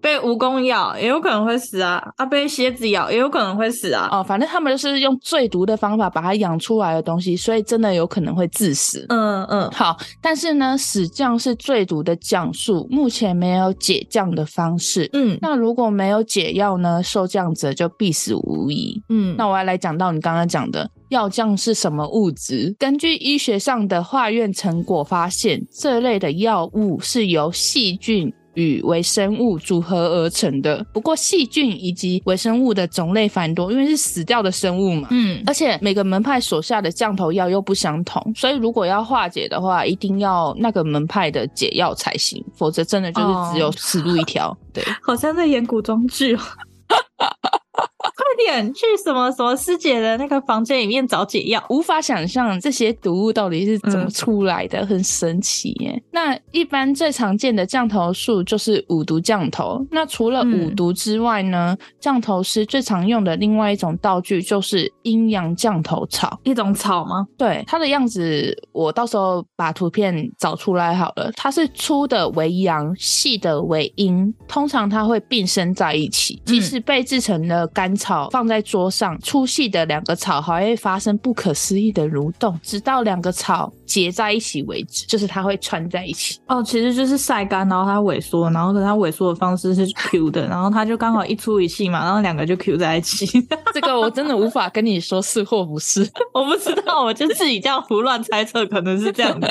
Speaker 2: 被蜈蚣咬，也有可能会死啊；啊，被蝎子咬，也有可能会死啊。
Speaker 1: 哦，反正他们就是用最毒的方法把它养出来的东西，所以真的有可能会致死。
Speaker 2: 嗯嗯，
Speaker 1: 好，但是呢，死降是最毒的降术，目前没有解降的方式。
Speaker 2: 嗯
Speaker 1: 那如果没有解药呢，受降者就必死无疑。
Speaker 2: 嗯，
Speaker 1: 那我要来讲到你刚刚讲的药降是什么物质？根据医学上的化验成果发现，这类的药物是由细菌。与微生物组合而成的。不过，细菌以及微生物的种类繁多，因为是死掉的生物嘛。
Speaker 2: 嗯
Speaker 1: 而且每个门派所下的降头药又不相同，所以如果要化解的话，一定要那个门派的解药才行，否则真的就是只有
Speaker 2: 哦
Speaker 1: 死路一条。 对，
Speaker 2: 好像在演古装剧哦。 快点去什么什么师姐的那个房间里面找解药。
Speaker 1: 无法想象这些毒物到底是怎么
Speaker 2: 嗯
Speaker 1: 出来的，很神奇耶。那一般最常见的降头术就是五毒降头。那除了五
Speaker 2: 嗯
Speaker 1: 毒之外呢，降头师最常用的另外一种道具就是阴阳降头草。
Speaker 2: 一种草吗？
Speaker 1: 对它的样子，我到时候把图片找出来好了。它是粗的为阳，细的为阴，通常它会并生在一起。即使被制成的干草放在桌上，粗细的两个草还会发生不可思议的蠕动，直到两个草结在一起为止，就是它会穿在一起。
Speaker 2: 哦，其实就是晒干，然后它萎缩，然后可是它萎缩的方式是 Q 的，然后它就刚好一粗一细嘛，然后两个就 Q 在一起。
Speaker 1: 这个我真的无法跟你说是或不是。
Speaker 2: 我不知道，我就自己这样胡乱猜测，可能是这样子。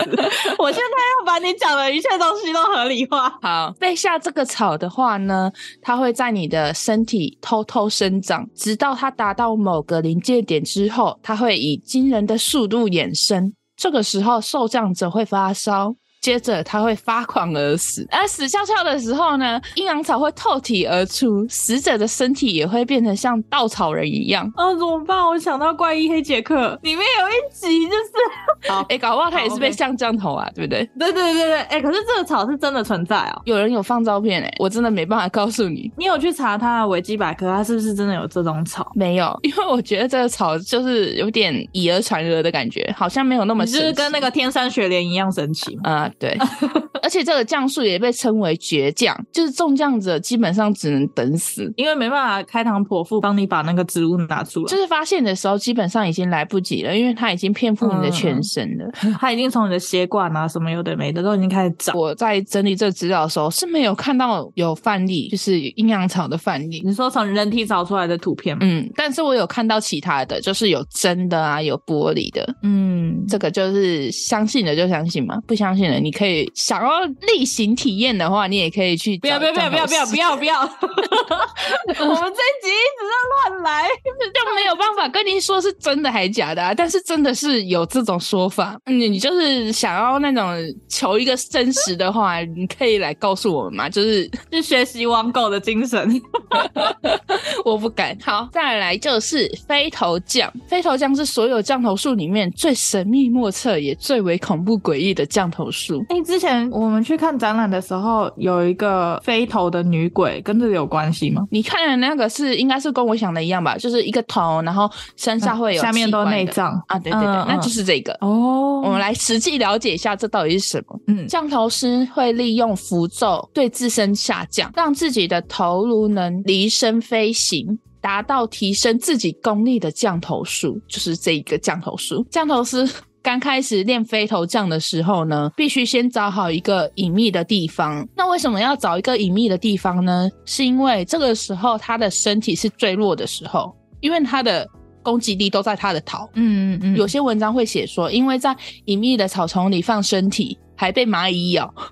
Speaker 2: 我现在要把你讲的一切东西都合理化。
Speaker 1: 好，被下这个草的话呢，它会在你的身体偷偷生长，直到它达到某个临界点之后，它会以惊人的速度衍生。这个时候，受降者会发烧。接着它会发狂而死，而死翘翘的时候呢，阴阳草会透体而出，死者的身体也会变成像稻草人一样。
Speaker 2: 哦，怎么办？我想到怪医黑杰克里面有一集就是，
Speaker 1: 哎、搞不好他也是被
Speaker 2: OK
Speaker 1: 像降头啊，对不对？
Speaker 2: 对对对对，哎、可是这个草是真的存在哦。
Speaker 1: 有人有放照片哎、我真的没办法告诉你，
Speaker 2: 你有去查它的维基百科，它是不是真的有这种草？
Speaker 1: 没有，因为我觉得这个草就是有点以讹传讹的感觉，好像没有那么
Speaker 2: 你
Speaker 1: 神
Speaker 2: 就
Speaker 1: 奇。
Speaker 2: 是跟那个天山雪莲一样神奇吗？
Speaker 1: 啊、 对，而且这个降术也被称为绝降，就是中降者基本上只能等死。
Speaker 2: 因为没办法开膛破腹帮你把那个植物拿出来
Speaker 1: 就，是发现的时候，基本上已经来不及了，因为它已经遍覆你的
Speaker 2: 嗯
Speaker 1: 全身了。
Speaker 2: 它已经从你的血管啊什么有的没的都已经开始长。
Speaker 1: 我在整理这资料的时候是没有看到有范例，就是阴阳草的范例。
Speaker 2: 你说从人体找出来的图片吗？
Speaker 1: 嗯，但是我有看到其他的，就是有真的啊，有玻璃的，
Speaker 2: 嗯，
Speaker 1: 这个就是相信的就相信嘛，不相信的你可以想要例行体验的话，你也可以去
Speaker 2: 不要不要不要不要不要不
Speaker 1: 要，
Speaker 2: 要不要！ 我们这一集一直在乱来。
Speaker 1: 就没有办法跟您说是真的还假的啊。但是真的是有这种说法，嗯你你就是想要那种求一个真实的话，你可以来告诉我们嘛。就是
Speaker 2: 是学习网狗的精神。
Speaker 1: 我不敢。 好，再来就是飞头降，飞头降是所有降头术里面最神秘莫测也最为恐怖诡异的降头术。
Speaker 2: 哎、之前我们去看展览的时候，有一个飞头的女鬼，跟这个有关系吗？
Speaker 1: 你看的那个是应该是跟我想的一样吧，就是一个头，然后身上会有、
Speaker 2: 嗯下面都内。脏
Speaker 1: 啊，对对对，
Speaker 2: 嗯
Speaker 1: 那
Speaker 2: 嗯
Speaker 1: 就是这个。
Speaker 2: 哦
Speaker 1: 嗯我们来实际了解一下这到底是什么。
Speaker 2: 嗯
Speaker 1: 降头师会利用符咒对自身下降，让自己的头颅能离身飞行。达到提升自己功力的降头术，就是这一个降头术。降头师刚开始练飞头降的时候呢，必须先找好一个隐秘的地方。那为什么要找一个隐秘的地方呢？是因为这个时候他的身体是最弱的时候，因为他的攻击力都在他的头。
Speaker 2: 嗯嗯，
Speaker 1: 有些文章会写说，因为在隐秘的草丛里放身体，还被蚂蚁咬，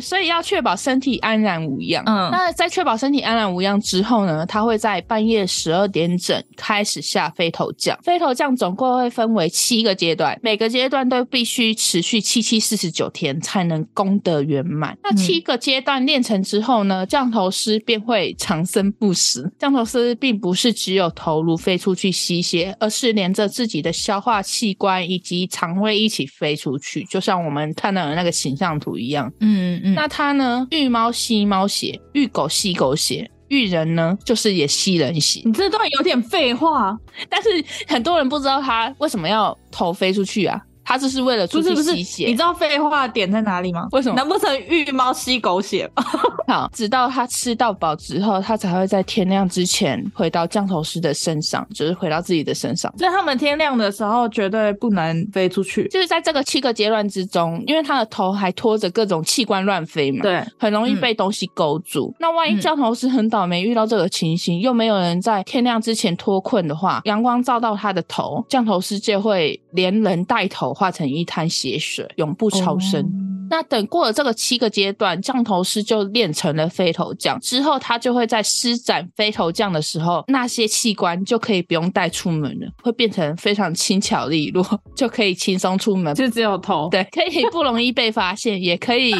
Speaker 1: 所以要确保身体安然无恙。
Speaker 2: 嗯
Speaker 1: 那在确保身体安然无恙之后呢，它会在半夜十二点整开始下飞头降。飞头降总共会分为七个阶段，每个阶段都必须持续七七四十九天才能功德圆满。那
Speaker 2: 嗯
Speaker 1: 七个阶段练成之后呢，降头师便会长生不死。降头师并不是只有头颅飞出去吸血，而是连着自己的消化器官以及肠胃一起飞出去，就像我们看到的那个形象图一样。
Speaker 2: 嗯嗯，
Speaker 1: 那它呢，遇猫吸猫血，遇狗吸狗血，遇人呢就是也吸人血。
Speaker 2: 你这段有点废话，
Speaker 1: 但是很多人不知道他为什么要头飞出去啊，他就是为了出
Speaker 2: 不
Speaker 1: 去
Speaker 2: 是不是，
Speaker 1: 吸
Speaker 2: 你
Speaker 1: 血。
Speaker 2: 知道废话的点在哪里吗？
Speaker 1: 为什么
Speaker 2: 难不成遇猫吸狗血吗？
Speaker 1: 好，直到他吃到饱之后，他才会在天亮之前回到降头师的身上，就是回到自己的身上。
Speaker 2: 所以他们天亮的时候绝对不能飞出去。
Speaker 1: 就是在这个七个阶段之中，因为他的头还拖着各种器官乱飞嘛，
Speaker 2: 对，
Speaker 1: 很容易
Speaker 2: 嗯
Speaker 1: 被东西勾住。那万一
Speaker 2: 嗯
Speaker 1: 降头师很倒霉遇到这个情形，又没有人在天亮之前脱困的话，阳光照到他的头，降头师就会连人带头化成一滩血水，永不超生。
Speaker 2: 哦
Speaker 1: 那等过了这个七个阶段，降头师就练成了飞头降，之后他就会在施展飞头降的时候，那些器官就可以不用带出门了，会变成非常轻巧利落，就可以轻松出门，
Speaker 2: 就只有头。，
Speaker 1: 对，可以不容易被发现， 也可以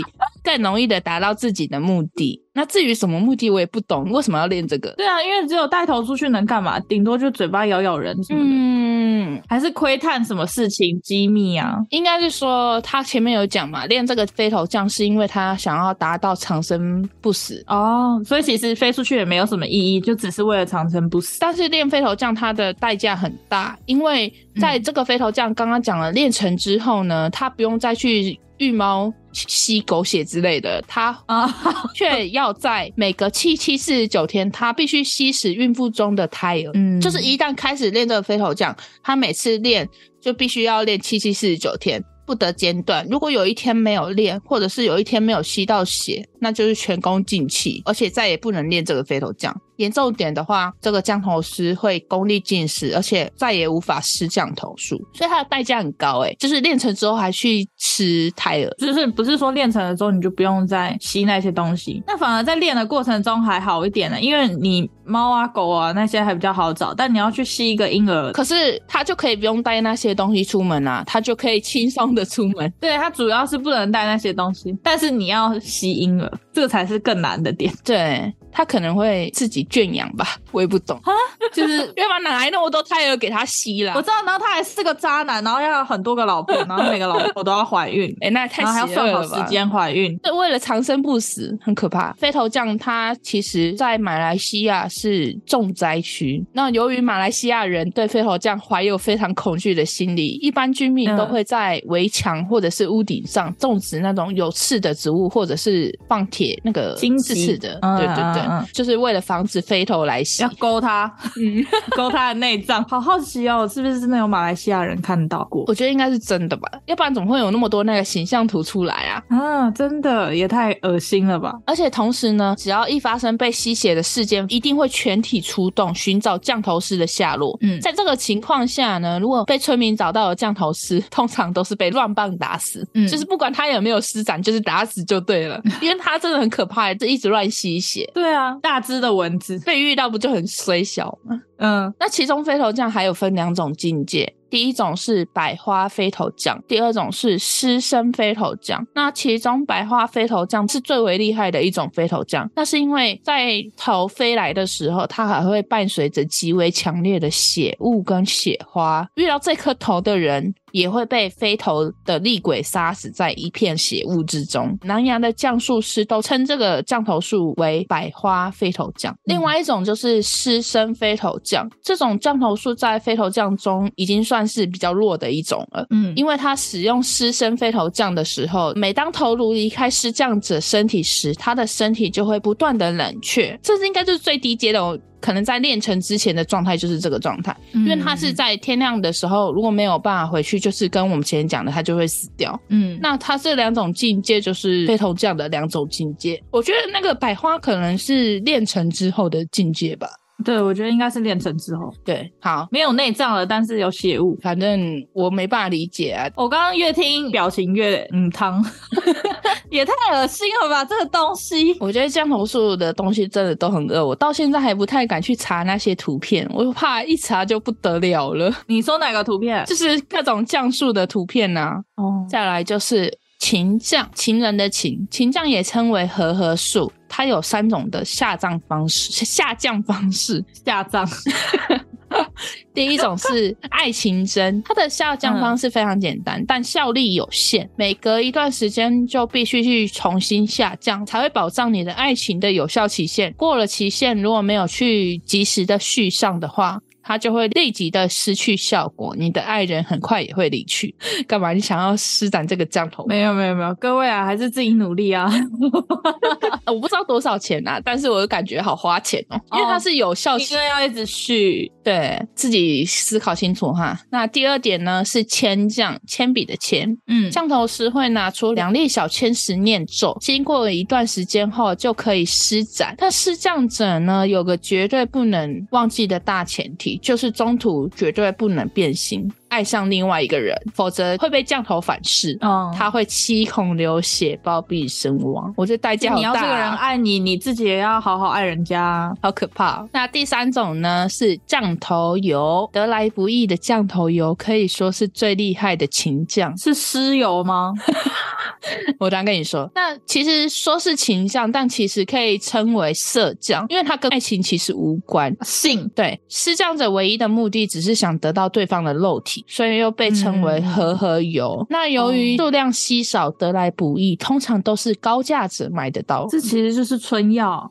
Speaker 1: 更容易的达到自己的目的。那至于什么目的，我也不懂，为什么要练这个？
Speaker 2: 对啊，因为只有带头出去能干嘛？顶多就嘴巴咬咬人什么的，
Speaker 1: 嗯，
Speaker 2: 还是窥探什么事情机密啊？
Speaker 1: 应该是说他前面有讲嘛，练这个飞头降是因为他想要达到长生不死。
Speaker 2: 哦，所以其实飞出去也没有什么意义，就只是为了长生不死。
Speaker 1: 但是练飞头降它的代价很大，因为在这个飞头降刚刚讲了练成之后呢，他不用再去遇猫吸狗血之类的，他
Speaker 2: 啊，
Speaker 1: 却要在每隔七七四十九天，他必须吸食孕妇中的胎儿。
Speaker 2: 嗯
Speaker 1: 就是一旦开始练这个飞头降，他每次练就必须要练七七四十九天，不得间断。如果有一天没有练，或者是有一天没有吸到血，那就是全功尽弃，而且再也不能练这个飞头降。严重点的话，这个降头师会功力尽失，而且再也无法施降头术，所以它的代价很高、欸。就是练成之后还去吃胎儿，
Speaker 2: 就是不是说练成了之后你就不用再吸那些东西，那反而在练的过程中还好一点呢，因为你猫啊狗啊那些还比较好找，但你要去吸一个婴儿，
Speaker 1: 可是他就可以不用带那些东西出门啊，他就可以轻松的出门。
Speaker 2: 对它主要是不能带那些东西，但是你要吸婴儿，这个才是更难的 点。
Speaker 1: 对他可能会自己圈养吧， 我也不懂啊， 就是要不然哪来那么多胎儿给他吸啦
Speaker 2: 我？知道，然后他还是个渣男，然后要有很多个老婆，然后每个老婆都要怀孕，
Speaker 1: 哎、那也 太
Speaker 2: 然后还要
Speaker 1: 邪恶
Speaker 2: 算好
Speaker 1: 了
Speaker 2: 时
Speaker 1: 吧！
Speaker 2: 间怀孕。
Speaker 1: 这为了长生不死，很可怕。飞头降它其实在马来西亚是重灾区。那由于马来西亚人对飞头降怀有非常恐惧的心理，一般居民
Speaker 2: 嗯
Speaker 1: 都会在围墙或者是屋顶上种植那种有刺的植物，或者是放铁那个
Speaker 2: 荆
Speaker 1: 刺
Speaker 2: 棘
Speaker 1: 刺的，
Speaker 2: 嗯
Speaker 1: 对对对，
Speaker 2: 嗯嗯
Speaker 1: 就是为了防止飞头来 袭
Speaker 2: 要。勾他，
Speaker 1: 嗯，
Speaker 2: 勾他的内脏，好好奇哦，是不是真的有马来西亚人看到过？
Speaker 1: 我觉得应该是真的吧，要不然怎么会有那么多那个形象图出来啊？
Speaker 2: 啊，真的也太恶心 了吧！
Speaker 1: 而且同时呢，只要一发生被吸血的事件，一定会全体出动寻找降头师的下落。
Speaker 2: 嗯
Speaker 1: 在这个情况下呢，如果被村民找到了降头师， 通常都是被乱棒打死，
Speaker 2: 嗯
Speaker 1: 就是不管他有没有施展，就是打死就对 了，因为他真的很可怕，这一直乱吸血，
Speaker 2: 对啊，大只的蚊子，
Speaker 1: 被遇到不就很衰小吗？
Speaker 2: 嗯，
Speaker 1: 那其中飞头降还有分两种境界，第一种是百花飞头降，第二种是师生飞头降。那其中百花飞头降是最为厉害的一种飞头降，那是因为在头飞来的时候，它还会伴随着极为强烈的血雾跟血花。遇到这颗头的人，也会被飞头的厉鬼杀死在一片血雾之中。南洋的降术师都称这个降头术为百花飞头降。另外一种就是尸身飞头降，这种降头术在飞头降中已经算是比较弱的一种了。
Speaker 2: 嗯，
Speaker 1: 因为他使用尸身飞头降的时候，每当头颅离开尸降者身体时，他的身体就会不断的冷却，这是应该就是最低阶的哦，可能在炼成之前的状态就是这个状态，
Speaker 2: 因
Speaker 1: 因为他
Speaker 2: 嗯
Speaker 1: 是在天亮的时候，如果没有办法回去，就是跟我们前面讲的，他就会死掉。
Speaker 2: 嗯
Speaker 1: 那他这两种境界就是飞头降的两种境界，我觉得那个百花可能是炼成之后的境界吧。
Speaker 2: 嗯对，我觉得应该是练成之后
Speaker 1: 对，好，
Speaker 2: 没有内脏了，但是有血雾。
Speaker 1: 反正我没办法理解啊，
Speaker 2: 我刚刚越听表情越嗯 汤，也太恶心了吧！这个东西，
Speaker 1: 我觉得降头术的东西真的都很恶，我到现在还不太敢去查那些图片，我怕一查就不得了了。
Speaker 2: 你说哪个图片？
Speaker 1: 就是各种降术的图片呐、啊，
Speaker 2: 哦，
Speaker 1: 再来就是情降，情人的情，情降也称为和合术，它有三种的下降方式，下降方式。
Speaker 2: 下葬。
Speaker 1: 第一种是爱情针，它的下降方式非常简单，但效力有限，每隔一段时间就必须去重新下降，才会保障你的爱情的有效期限。过了期限，如果没有去及时的续上的话。它就会立即的失去效果，你的爱人很快也会离去。 干嘛？你想要施展这个降头？
Speaker 2: 没有没有没有，各位啊，还是自己努力 啊。
Speaker 1: 呃我不知道多少钱啊，但是我感觉好花钱哦，因为它是有效期
Speaker 2: 因为要一直续，
Speaker 1: 对自己思考清楚哈。那第二点呢是铅降，铅笔的铅，
Speaker 2: 嗯
Speaker 1: 降头师会拿出两粒小铅石念咒，经过一段时间后就可以施展。但施降者呢，有个绝对不能忘记的大前提，就是中途绝对不能变心，爱上另外一个人，否则会被降头反噬。
Speaker 2: 嗯，
Speaker 1: 他会七孔流血，暴毙身亡。我觉得代价好
Speaker 2: 你
Speaker 1: 大、
Speaker 2: 要
Speaker 1: 啊。
Speaker 2: 这个人爱你，你自己也要好好爱人家啊。
Speaker 1: 好可怕、那第三种呢是降头油，得来不易的降头油可以说是最厉害的情降。
Speaker 2: 是尸油吗？
Speaker 1: 我刚跟你说，那其实说是情降，但其实可以称为色降，因为它跟爱情其实无关。
Speaker 2: 性
Speaker 1: 对，施降者唯一的目的只是想得到对方的肉体，所以又被称为和合油。那由于数量稀少，得来不易，通常都是高价者买得到。
Speaker 2: 这其实就是春药。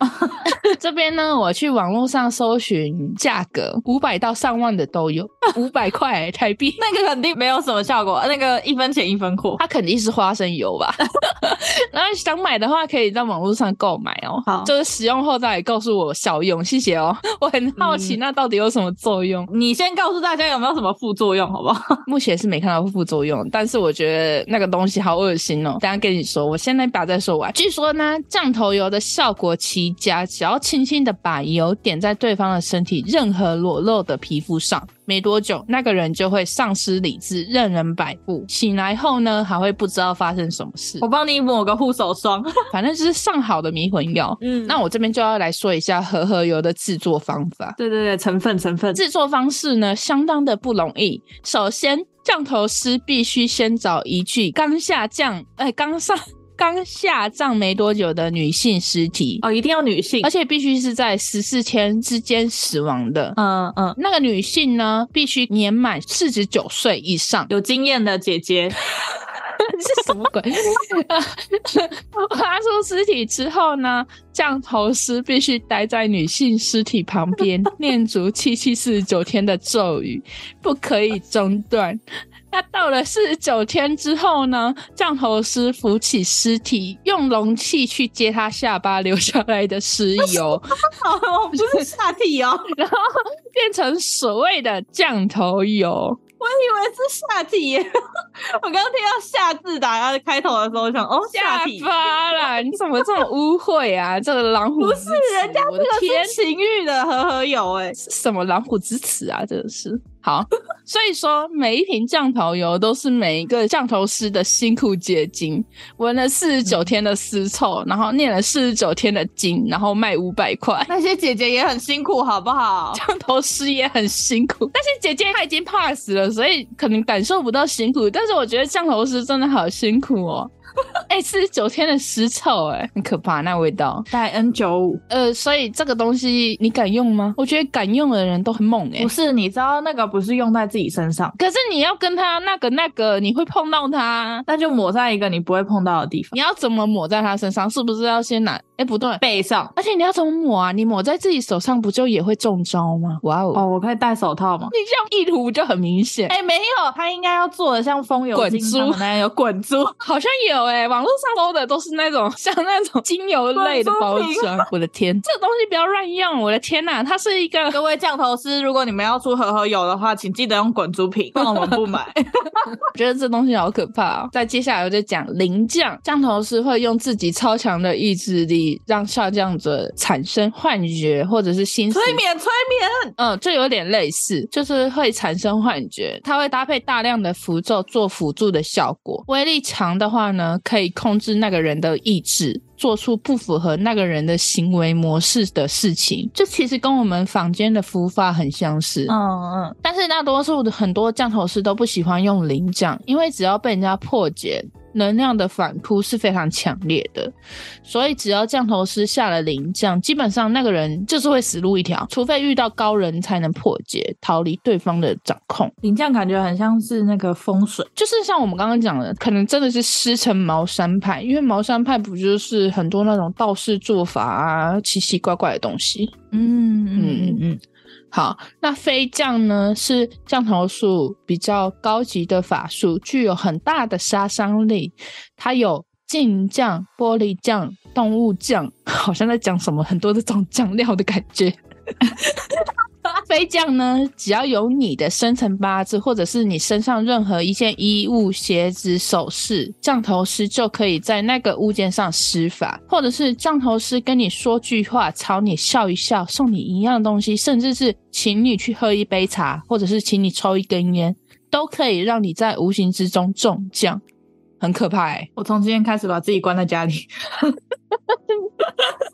Speaker 1: 这边呢，我去网络上搜寻价格，五百到上万的都有，五百块台币。
Speaker 2: 那个肯定没有什么效果，那个一分钱一分货。
Speaker 1: 它肯定是花生油吧？ 然后想买的话，可以在网络上购买哦。
Speaker 2: 好
Speaker 1: 就是使用后再来告诉我效用，谢谢哦。 我很好奇，
Speaker 2: 嗯
Speaker 1: 那到底有什么作用？
Speaker 2: 你先告诉大家有没有什么副作用，好不好？
Speaker 1: 目前是没看到副作用，但是我觉得那个东西好恶心哦。等一下跟你说，我现在把再说完。据说呢，降头油的效果奇佳，只要轻轻的把油点在对方的身体任何裸露的皮肤上，没多久那个人就会丧失理智，任人摆布。醒来后呢，还会不知道发生什么事
Speaker 2: 我。帮你抹个护手霜。
Speaker 1: 反正就是上好的迷魂药。
Speaker 2: 嗯
Speaker 1: 那我这边就要来说一下和合油的制作方法。
Speaker 2: 对对对，成分成分。
Speaker 1: 制作方式呢，相当的不容易。首先，降头师必须先找一具刚下降，哎，刚上 刚下葬没多久的女性尸体，
Speaker 2: 哦，一定要女性
Speaker 1: 而。且必须是在十四天之间死亡的。
Speaker 2: 嗯嗯，
Speaker 1: 那个女性呢，必须年满四十九岁以上。
Speaker 2: 有经验的姐 姐。
Speaker 1: 是什么鬼？ 挖出尸体之后呢，降头师必须待在女性尸体旁 边，念足七七四十九天的咒语，不可以中断。那到了四十九天之后呢，降头师扶起尸体，用容器去接他下巴留下来的尸 油，
Speaker 2: 哦，我不 是下体哦，我
Speaker 1: 然后变成所谓的降头油。
Speaker 2: 以为是下体耶。 我刚刚听到“下”字打它的开头的时候，我想哦，
Speaker 1: 下
Speaker 2: 下体。
Speaker 1: 巴啦！你怎么这么污秽啊？这个狼虎
Speaker 2: 不
Speaker 1: 之
Speaker 2: 是
Speaker 1: 耻
Speaker 2: 人家
Speaker 1: 啊我
Speaker 2: 这
Speaker 1: 的
Speaker 2: 个
Speaker 1: 天
Speaker 2: 是情欲的和和友哎、
Speaker 1: 是什么狼虎之耻啊！真的是好， 所以说每一瓶降头油都是每一个降头师的辛苦结晶，闻了四十九天的尸臭，然后念了四十九天的经，然后卖五百块。
Speaker 2: 那些姐姐也很辛苦，好不好？
Speaker 1: 降头师也很辛苦，但是姐姐她已经 pass 了，所以可能感受不到辛苦。但是我觉得降头师真的好辛苦哦。哎、 一次九天的尸臭、哎，很可怕那味道。
Speaker 2: 戴 N 九五。
Speaker 1: 呃，所以这个东西你敢用吗？我觉得敢用的人都很猛哎、
Speaker 2: 不是，你知道那个不是用在自己身上，
Speaker 1: 可是你要跟他那个那个，你会碰到他，
Speaker 2: 那就抹在一个你不会碰到的地方，
Speaker 1: 你要怎么抹在他身上？是不是要先拿？哎、不对，
Speaker 2: 背上。
Speaker 1: 而且你要怎么抹啊？你抹在自己手上不就也会中招吗？哇哦！
Speaker 2: 哦，我可以戴手套吗？
Speaker 1: 你这样意图就很明显。
Speaker 2: 哎、没有，他应该要做的像风油
Speaker 1: 滚
Speaker 2: 精他
Speaker 1: 珠
Speaker 2: 们那样有滚珠，
Speaker 1: 好像有哎、网络上搜的都是那种像那种精油类的包
Speaker 2: 滚珠
Speaker 1: 装。我的天，这东西不要乱用！我的天呐、它是一个
Speaker 2: 各位降头师，如果你们要出和和油的话，请记得用滚珠 瓶，不然我们不买。
Speaker 1: 我觉得这东西好可怕哦。再接下来我就讲灵降，降头师会用自己超强的意志力让下降者产生幻觉或者是心思
Speaker 2: 催眠，催眠，
Speaker 1: 嗯，这有点类似，就是会产生幻觉，它会搭配大量的符咒做辅助的效果。威力强的话呢，可以控制那个人的意志，做出不符合那个人的行为模式的事情。这其实跟我们坊间的符法很相似。
Speaker 2: 嗯嗯，
Speaker 1: 但是大多数的很多降头师都不喜欢用灵降，因为只要被人家破解，能量的反扑是非常强烈的，所以只要降头师下了灵降，基本上那个人就是会死路一条，除非遇到高人才能破解，逃离对方的掌控。
Speaker 2: 你这样感觉很像是那个风水，
Speaker 1: 就是像我们刚刚讲的，可能真的是师承茅山派，因为茅山派不就是很多那种道士做法啊，奇奇怪怪的东西。
Speaker 2: 嗯
Speaker 1: 嗯嗯嗯。好，那飞降呢是降头术比较高级的法术，具有很大的杀伤力。它有镜降、玻璃降、动物降，好像在讲什么很多这种酱料的感觉。飞降呢，只要有你的生辰八字，或者是你身上任何一件衣物、鞋子、首饰，降头师就可以在那个物件上施法，或者是降头师跟你说句话，朝你笑一笑，送你一样东西，甚至是请你去喝一杯茶，或者是请你抽一根烟，都可以让你在无形之中中降，很可怕、欸。
Speaker 2: 我从今天开始把自己关在家里，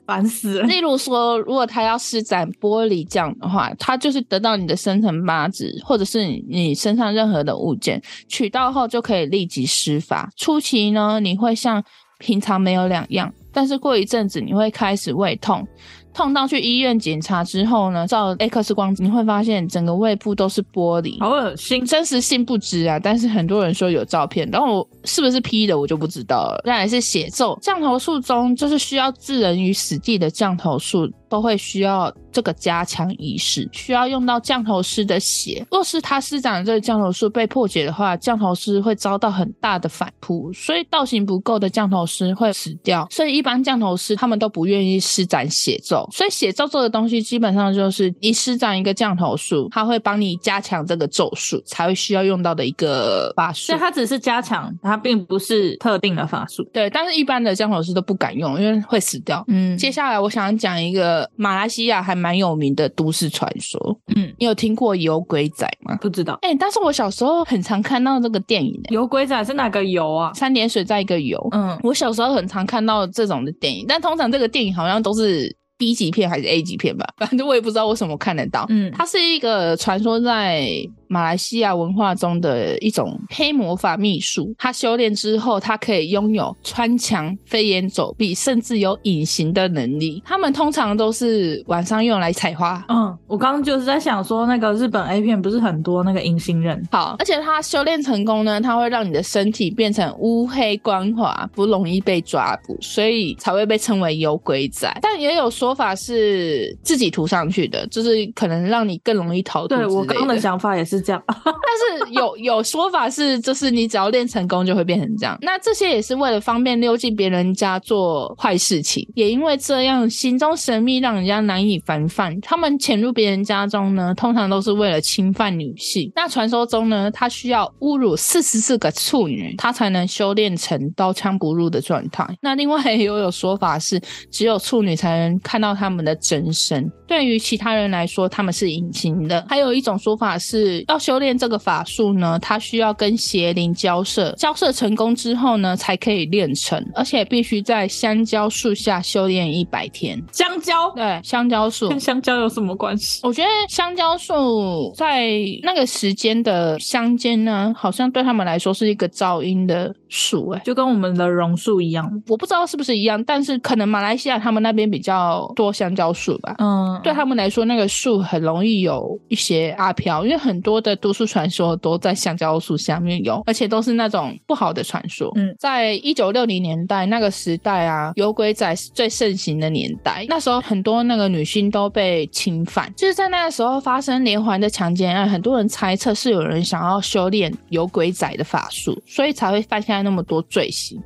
Speaker 2: 烦死了。
Speaker 1: 例如说，如果他要施展玻璃降的话，他就是得到你的生辰八字，或者是你你身上任何的物件，取到后就可以立即施法。初期呢，你会像平常没有两样，但是过一阵子你会开始胃痛，痛到去医院检查之后呢，照 X 光你会发现整个胃部都是玻璃。
Speaker 2: 好恶心！
Speaker 1: 真实性不知啊，但是很多人说有照片，然后我是不是 P E 的我就不知道了。再来是写咒，降头术中就是需要置人于死地的降头术都会需要这个加强仪式，需要用到降头师的血。若是他施展的这个降头术被破解的话，降头师会遭到很大的反扑，所以道行不够的降头师会死掉。所以一般降头师他们都不愿意施展血咒，所以血咒这个东西基本上就是你施展一个降头术，它会帮你加强这个咒术才会需要用到的一个法术
Speaker 2: 所以。它只是加强，它并不是特定的法术。
Speaker 1: 对，但是一般的降头师都不敢用，因为会死掉。
Speaker 2: 嗯
Speaker 1: 接下来我想讲一个马来西亚还蛮有名的都市传说，
Speaker 2: 嗯，
Speaker 1: 你有听过有鬼仔吗？
Speaker 2: 不知道
Speaker 1: 哎、但是我小时候很常看到这个电影、欸，
Speaker 2: 油龟仔是哪个油啊？
Speaker 1: 三点水在一个游。
Speaker 2: 嗯，
Speaker 1: 我小时候很常看到这种的电影，但通常这个电影好像都是 B 级片还是 A 级片吧，反正我也不知道为什么看得到。
Speaker 2: 嗯
Speaker 1: 它是一个传说在马来西亚文化中的一种黑魔法秘术。它修炼之后，它可以拥有穿墙、飞檐走壁，甚至有隐形的能力。他们通常都是晚上用来采花。
Speaker 2: 嗯，我刚刚就是在想说，那个日本 A 片不是很多那个隐形人，
Speaker 1: 好，而且它修炼成功呢，它会让你的身体变成乌黑光滑，不容易被抓捕，所以才会被称为幽鬼仔。但也有说法是自己涂上去的，就是可能让你更容易逃脱。
Speaker 2: 对我刚刚的
Speaker 1: 的
Speaker 2: 想法也是这样。
Speaker 1: 但是有有说法是，就是你只要练成功就会变成这样。那这些也是为了方便溜进别人家做坏事情，也因为这样行踪神秘，让人家难以防范。他们潜入别人家中呢，通常都是为了侵犯女性。那传说中呢，他需要侮辱四十四个处女，他才能修炼成刀枪不入的状态。 那另外也有有说法是，只有处女才能看到他们的真身。对于其他人来说，他们是隐形的。还有一种说法是，要修炼这个法术呢，它需要跟邪灵交涉，交涉成功之后呢，才可以练成，而且必须在香蕉树下修炼一百天。
Speaker 2: 香蕉
Speaker 1: 对，香蕉树
Speaker 2: 跟香蕉有什么关系？
Speaker 1: 我觉得香蕉树在那个时间的乡间呢，好像对他们来说是一个噪音的树、欸，
Speaker 2: 就跟我们的榕树一样。
Speaker 1: 我不知道是不是一样，但是可能马来西亚他们那边比较多香蕉树吧。
Speaker 2: 嗯，
Speaker 1: 对他们来说，那个树很容易有一些阿飘，因为很多的都市传说都在香蕉树下面有，而且都是那种不好的传说。
Speaker 2: 嗯
Speaker 1: 在一九六零年代那个时代啊，有鬼仔是最盛行的年代，那时候很多那个女性都被侵犯，就是在那个时候发生连环的强奸案，很多人猜测是有人想要修炼有鬼仔的法术，所以才会犯下那么多罪行。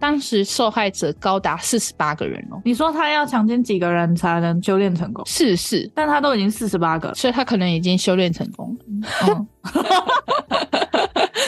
Speaker 1: 当时受害者高达四十八个人哦，
Speaker 2: 你说他要强奸几个人才能修炼成功？
Speaker 1: 四十，
Speaker 2: 但他都已经四十八个了，
Speaker 1: 所以他可能已经修炼成功了。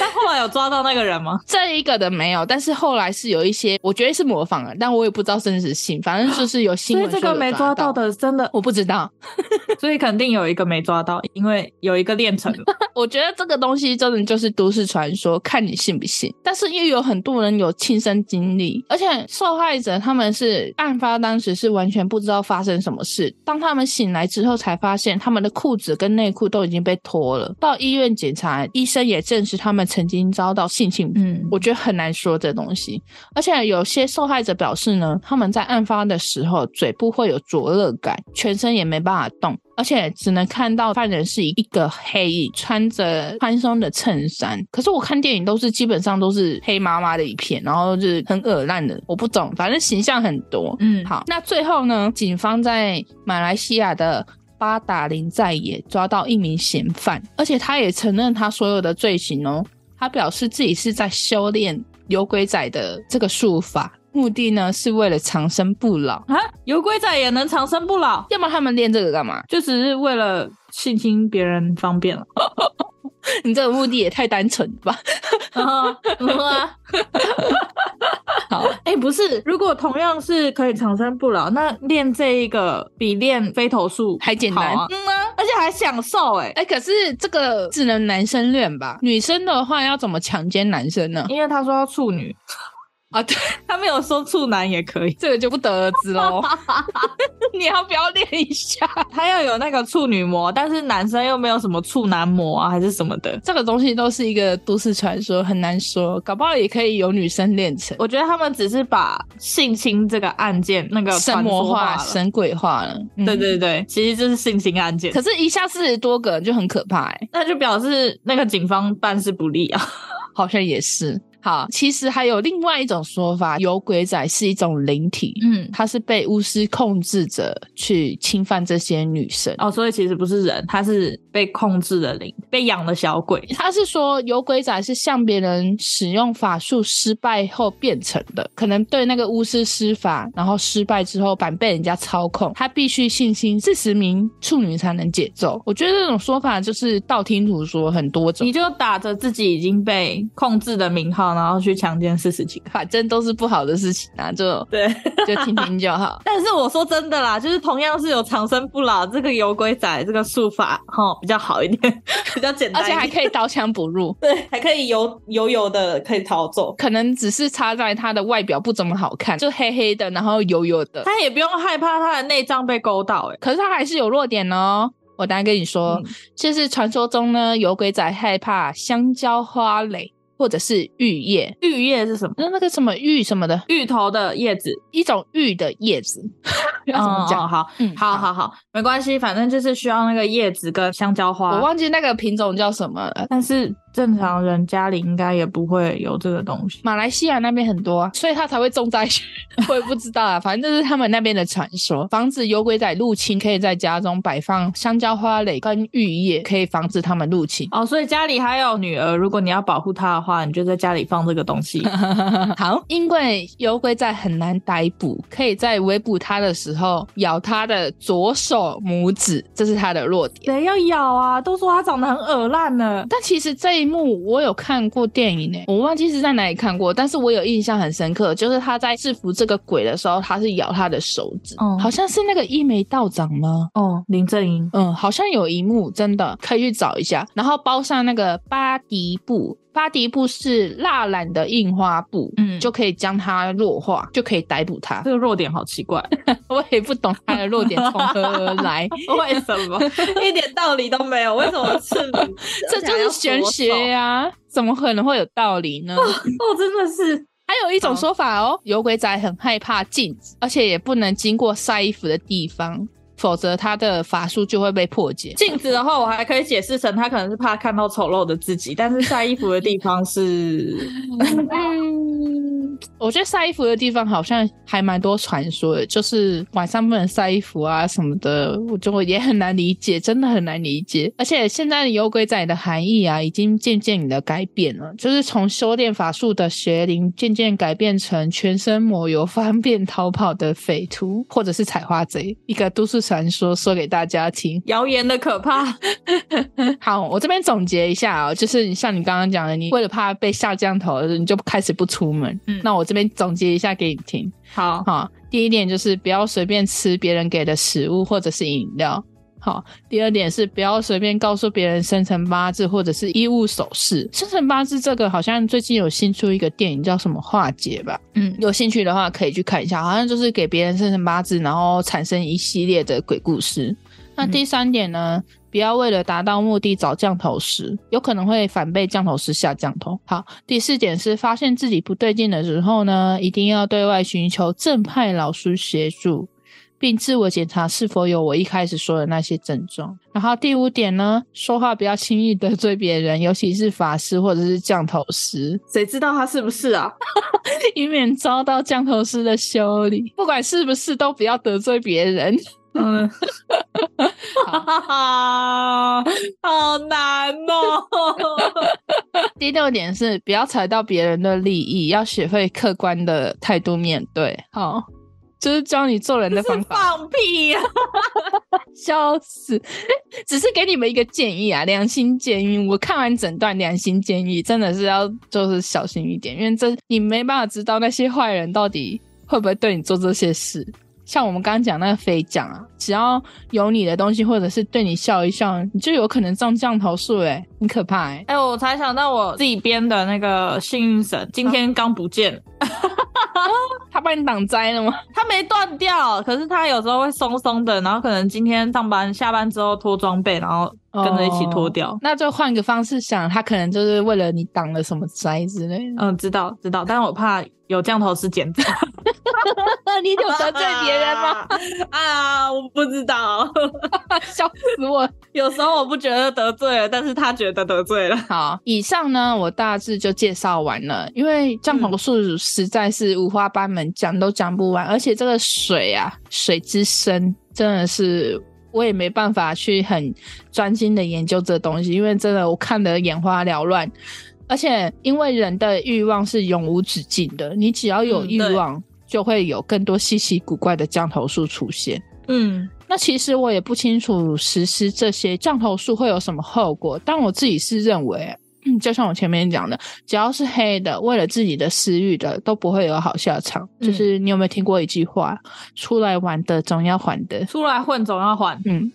Speaker 2: 但后来有抓到那个人吗？
Speaker 1: 这一个的没有，但是后来是有一些，我觉得是模仿了，啊但我也不知道真实性，反 正就是有新
Speaker 2: 所以
Speaker 1: 闻
Speaker 2: 这
Speaker 1: 说有
Speaker 2: 个没
Speaker 1: 抓
Speaker 2: 抓到，的真的，
Speaker 1: 我不知道。
Speaker 2: 所以肯定有一个没抓到，因为有一个练 成了。
Speaker 1: 我觉得这个东西真的就是都市传说，看你信不信。但是又有很多人有亲身经历，而且受害者他们是案发当时是完全不知道发生什么事，当他们醒来之后才发现他们的裤子跟内裤都已经被脱了。到医院检查，医生也证实他们曾经遭到性侵
Speaker 2: 嗯
Speaker 1: 我觉得很难说这东西。而且有些受害者表示呢，他们在案发的时候嘴部会有灼热感，全身也没办法动，而且只能看到犯人是一个黑影，穿着宽松的衬衫。可是我看电影都是基本上都是黑麻麻的一片，然后就是很恶烂的，我不懂，反正形象很多。
Speaker 2: 嗯，
Speaker 1: 好，那最后呢，警方在马来西亚的巴达林寨也抓到一名嫌犯，而且他也承认他所有的罪行哦。他表示自己是在修炼有鬼仔的这个术法，目的呢是为了长生不老。
Speaker 2: 啊，有鬼仔也能长生不老，
Speaker 1: 要么他们练这个干嘛？
Speaker 2: 就只是为了性侵别人方便了。
Speaker 1: 你这个目的也太单纯了吧？
Speaker 2: 啊，
Speaker 1: 好，
Speaker 2: 哎、不是，如果同样是可以长生不老，那练这一个比练飞头术
Speaker 1: 还简单
Speaker 2: 好啊嗯啊，而且还享受哎、
Speaker 1: 哎、可是这个只能男生练吧？女生的话要怎么强奸男生呢？
Speaker 2: 因为他说要处 女，
Speaker 1: 啊，对，
Speaker 2: 他没有说处男也可以，
Speaker 1: 这个就不得而知喽。 你要不要练一下？
Speaker 2: 他要有那个处女膜，但是男生又没有什么处男膜啊，还是什么的。
Speaker 1: 这个东西都是一个都市传说，很难说，搞不好也可以有女生练成
Speaker 2: 我觉得他们只是把性侵这个案件那个
Speaker 1: 神
Speaker 2: 传
Speaker 1: 魔
Speaker 2: 说化
Speaker 1: 化、
Speaker 2: 了。
Speaker 1: 神鬼化了。嗯
Speaker 2: 对，对对，其实这是性侵案件，
Speaker 1: 可是，一下四十多个就很可怕哎、
Speaker 2: 那就表示那个警方办事不力啊。
Speaker 1: 好像也是。好，其实还有另外一种说法，有鬼仔是一种灵体，
Speaker 2: 嗯，
Speaker 1: 它是被巫师控制着去侵犯这些女生。
Speaker 2: 哦，所以其实不是人，他是被控制的灵，被养的小鬼。
Speaker 1: 他是说有鬼仔是向别人使用法术失败后变成的，可能对那个巫师施法，然后失败之后反被人家操控，他必须性侵四十名处女才能解咒。我觉得这种说法就是道听途说很多种
Speaker 2: 你，就打着自己已经被控制的名号，然后去强奸四十几个。
Speaker 1: 反正都是不好的事情啊，就
Speaker 2: 对，
Speaker 1: 就听听就好。
Speaker 2: 但是我说真的啦，就是同样是有长生不老这个游鬼仔这个术法，哈，比较好一点， 比较简单
Speaker 1: 而
Speaker 2: 一
Speaker 1: 且
Speaker 2: 点，
Speaker 1: 还可以刀枪不入，
Speaker 2: 对，还可以游游游的可以逃走，
Speaker 1: 可能只是差在他的外表不怎么好看，就黑黑的，然后油油的。
Speaker 2: 他也不用害怕他的内脏被勾到、欸，
Speaker 1: 可是他还是有弱点哦。我等下跟你说，
Speaker 2: 嗯
Speaker 1: 就是传说中呢，有鬼仔害怕香蕉花蕾或者是玉叶，
Speaker 2: 玉叶是什么？
Speaker 1: 那那个什么玉什么的，
Speaker 2: 芋头的叶子，
Speaker 1: 一种玉的叶子， 要怎么
Speaker 2: 嗯嗯
Speaker 1: 讲？
Speaker 2: 好，
Speaker 1: 嗯
Speaker 2: 好，好，好，没关系，反正就是需要那个叶子跟香蕉花。
Speaker 1: 我忘记那个品种叫什么了。
Speaker 2: 但是正常人家里应该也不会有这个东西。
Speaker 1: 马来西亚那边很多啊，所以他才会种在， 我也不知道啊，反正就是他们那边的传说，防止有鬼仔入侵，可以在家中摆放香蕉花蕾跟玉叶，可以防止他们入侵。
Speaker 2: 哦，所以家里还有女儿，如果你要保护她的话，你就在家里放这个东 西。
Speaker 1: 好，因为幽龟在很难逮捕，可以在围捕它的时候咬它的左手拇指，这是它的弱点。
Speaker 2: 谁要咬啊？都说它长得很恶烂呢。
Speaker 1: 但其实这一幕我有看过电影呢、欸我忘记是在哪里看过，但是我有印象很深刻，就是他在制服这个鬼的时候，他是咬他的手指，
Speaker 2: 哦
Speaker 1: 好像是那个一眉道长吗？
Speaker 2: 哦，林正英，
Speaker 1: 嗯，好像有一幕真的可以去找一下，然后包上那个巴迪布，巴迪布是蜡染的印花布，
Speaker 2: 嗯
Speaker 1: 就可以将它弱化，就可以逮捕它
Speaker 2: 这。个弱点好奇怪，
Speaker 1: 我也不懂它的弱点从何而来，
Speaker 2: 为什么一点道理都没有？为什么是？
Speaker 1: 这就是玄学
Speaker 2: 呀、
Speaker 1: 呀、怎么可能会有道理呢？
Speaker 2: 哦，真的是，
Speaker 1: 还有一种
Speaker 2: 好
Speaker 1: 说法哦，有鬼仔很害怕镜子，而且也不能经过晒衣服的地方，否则他的法术就会被破解。
Speaker 2: 镜子的话，我还可以解释成他可能是怕看到丑陋的自己，但是晒衣服的地方是，
Speaker 1: 嗯，我觉得晒衣服的地方好像还蛮多传说的，就是晚上不能晒衣服啊什么的，我就也很难理解，真的很难理解。而且现在的有鬼仔的含义啊，已经渐渐的改变了，就是从修炼法术的邪灵，渐渐改变成全身抹油、方便逃跑的匪徒，或者是采花贼。一个都市传说说给大家听。
Speaker 2: 谣言的可怕。
Speaker 1: 好，我这边总结一下哦，就是你像你刚刚讲的，你为了怕被下降头，你就开始不出门。
Speaker 2: 嗯
Speaker 1: 那我这边总结一下给你听。
Speaker 2: 好，
Speaker 1: 好，第一点就是不要随便吃别人给的食物或者是饮料。好，第二点是不要随便告诉别人生辰八字或者是衣物首饰。生辰八字这个好像最近有新出一个电影叫什么化解吧？
Speaker 2: 嗯，
Speaker 1: 有兴趣的话可以去看一下，好像就是给别人生辰八字，然后产生一系列的鬼故事。
Speaker 2: 嗯
Speaker 1: 那第三点呢，不要为了达到目的找降头师，有可能会反被降头师下降头。好，第四点是发现自己不对劲的时候呢，一定要对外寻求正派老师协助。并自我检查是否有我一开始说的那些症状。然后第五点呢，说话不要轻易得罪别人，尤其是法师或者是降头师。
Speaker 2: 谁知道他是不是啊？
Speaker 1: 以免遭到降头师的修理。不管是不是，都不要得罪别人。
Speaker 2: 嗯， 好难 哦。
Speaker 1: 第六点是不要踩到别人的利益，要学会客观的态度面对。好，就是教你做人的方法。
Speaker 2: 放屁啊呀、
Speaker 1: 笑死， 只是给你们一个建议啊，良心建议。我看完整段，良心建议真的是要就是小心一点，因为这你没办法知道那些坏人到底会不会对你做这些事。像我们刚刚讲那个飞将啊，只要有你的东西，或者是对你笑一笑，你就有可能中降头术，哎，很可怕哎、
Speaker 2: 哎、我才想到我自己编的那个幸运绳，今天刚不见了，
Speaker 1: 他帮你挡灾了吗？
Speaker 2: 它没断掉，可是它有时候会松松的，然后可能今天上班下班之后脱装备，然后跟着一起脱掉。
Speaker 1: 哦那就换个方式想，他可能就是为了你挡了什么灾之类 的。
Speaker 2: 嗯，知道知道，但是我怕有降头师检 查，
Speaker 1: 你有得罪别人 吗？？
Speaker 2: 啊，我不知道，
Speaker 1: 笑死我！
Speaker 2: 有时候我不觉得得罪了，但是他觉得得罪了。
Speaker 1: 好，以上呢，我大致就介绍完了，因为降头术实在是五花八门，讲都讲不完，而且这个水啊，水之深，真的是我也没办法去很专心的研究这东西，因为真的我看得眼花缭乱。而且，因为人的欲望是永无止境的，你只要有
Speaker 2: 嗯
Speaker 1: 欲
Speaker 2: 对
Speaker 1: 望，就会有更多稀奇古怪的降头术出现。
Speaker 2: 嗯，
Speaker 1: 那其实我也不清楚实施这些降头术会有什么后果，但我自己是认为，嗯，就像我前面讲的，只要是黑的，为了自己的私欲的，都不会有好下场。
Speaker 2: 嗯
Speaker 1: 就是你有没有听过一句话：“出来玩的总要还的。
Speaker 2: 出来混总要还。”
Speaker 1: 嗯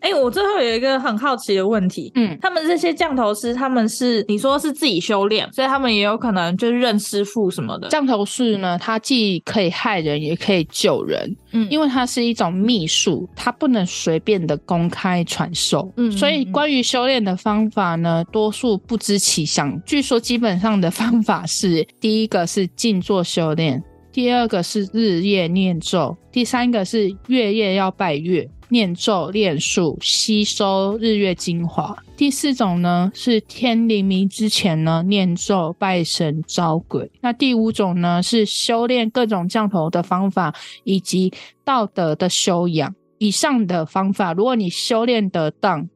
Speaker 2: 哎、我最后有一个很好奇的问题，
Speaker 1: 嗯，
Speaker 2: 他们这些降头师，他们是你说是自己修炼，所以他们也有可能就是认师傅什么的。
Speaker 1: 降头术呢，它既可以害人，也可以救人。
Speaker 2: 嗯
Speaker 1: 因为它是一种秘术，它不能随便的公开传授。
Speaker 2: 嗯
Speaker 1: 所以
Speaker 2: 嗯嗯
Speaker 1: 关于修炼的方法呢，多数不知其详。据说基本上的方法是：第一个是静坐修炼，第二个是日夜念咒，第三个是月夜要拜月。念咒、练术，吸收日月精华。第四种呢是天黎明之前呢念咒拜神招鬼。那第五种呢是修炼各种降头的方法，以及道德的修养。以上的方法，如果你修炼得当，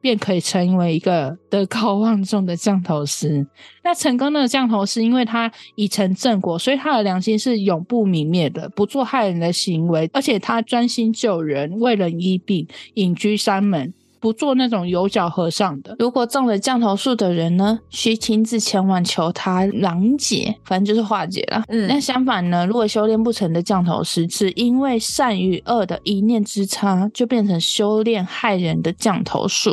Speaker 1: 便可以成为一个德高望重的降头师。那成功的降头师，因为他已成正果，所以他的良心是永不泯灭的，不做害人的行为，而且他专心救人，为人医病，隐居山门。不做那种有脚和尚的。
Speaker 3: 如果中了降头术的人呢，需亲自前往求他朗解，反正就是化解啦。
Speaker 2: 嗯
Speaker 3: 那相反呢，如果修炼不成的降头师，只因为善与恶的一念之差，就变成修炼害人的降头术。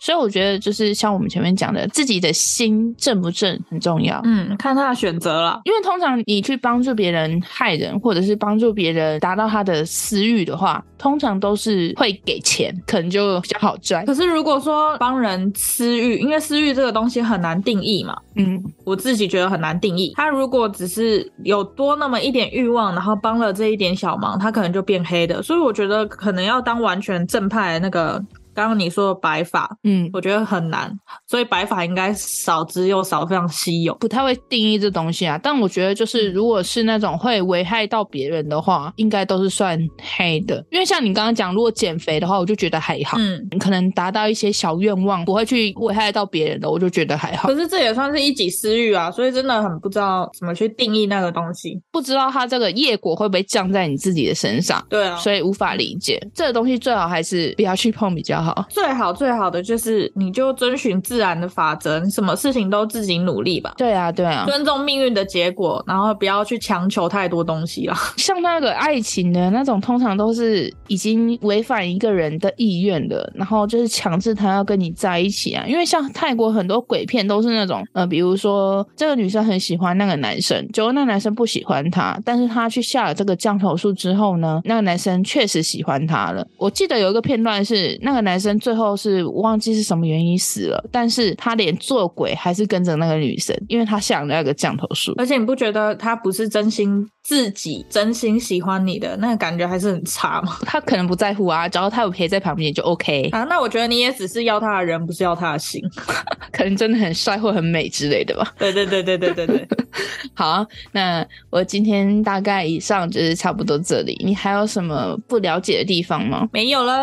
Speaker 3: 所以我觉得，就是像我们前面讲的，自己的心正不正很重要。
Speaker 2: 嗯，看他的选择了。
Speaker 3: 因为通常你去帮助别人害人，或者是帮助别人达到他的私欲的话，通常都是会给钱，可能就比较好赚。
Speaker 2: 可是如果说帮人私欲，因为私欲这个东西很难定义嘛，
Speaker 3: 嗯，
Speaker 2: 我自己觉得很难定义。他如果只是有多那么一点欲望，然后帮了这一点小忙，他可能就变黑的。所以我觉得可能要当完全正派的那个，刚刚你说的白发，
Speaker 3: 嗯，
Speaker 2: 我觉得很难。所以白发应该少之又少，非常稀有。
Speaker 1: 不太会定义这东西啊，但我觉得就是，如果是那种会危害到别人的话，应该都是算黑的。因为像你刚刚讲，如果减肥的话，我就觉得还好，
Speaker 2: 嗯，
Speaker 1: 可能达到一些小愿望，不会去危害到别人的，我就觉得还好
Speaker 2: 可。是这也算是一己私欲啊，所以真的很不知道怎么去定义那个东西。
Speaker 1: 不知道他这个业果会不会降在你自己的身上，
Speaker 2: 对啊，
Speaker 1: 所以无法理解。这个东西最好还是不要去碰比较好。
Speaker 2: 最好最好的就是你就遵循自然的法则，你什么事情都自己努力吧。
Speaker 1: 对啊，对啊，
Speaker 2: 尊重命运的结果，然后不要去强求太多东西啦。
Speaker 1: 像那个爱情的那种，通常都是已经违反一个人的意愿了，然后就是强制他要跟你在一起啊。因为像泰国很多鬼片都是那种，呃，比如说这个女生很喜欢那个男生，结果那个男生不喜欢她，但是她去下了这个降头术之后呢，那个男生确实喜欢她了。我记得有一个片段是那个男生最后是我忘记是什么原因死了，但是他连做鬼还是跟着那个女生，因为他下了那个降头术。
Speaker 2: 而且你不觉得他不是真心自己真心喜欢你的那个感觉还是很差吗？
Speaker 1: 他可能不在乎啊，只要他有陪在旁边就 OK，
Speaker 2: 啊，那我觉得你也只是要他的人，不是要他的心。
Speaker 1: 可能真的很帅或很美之类的吧。
Speaker 2: 对对对对对对对，
Speaker 1: 好啊，那我今天大概以上就是差不多这里。你还有什么不了解的地方吗？
Speaker 2: 没有了。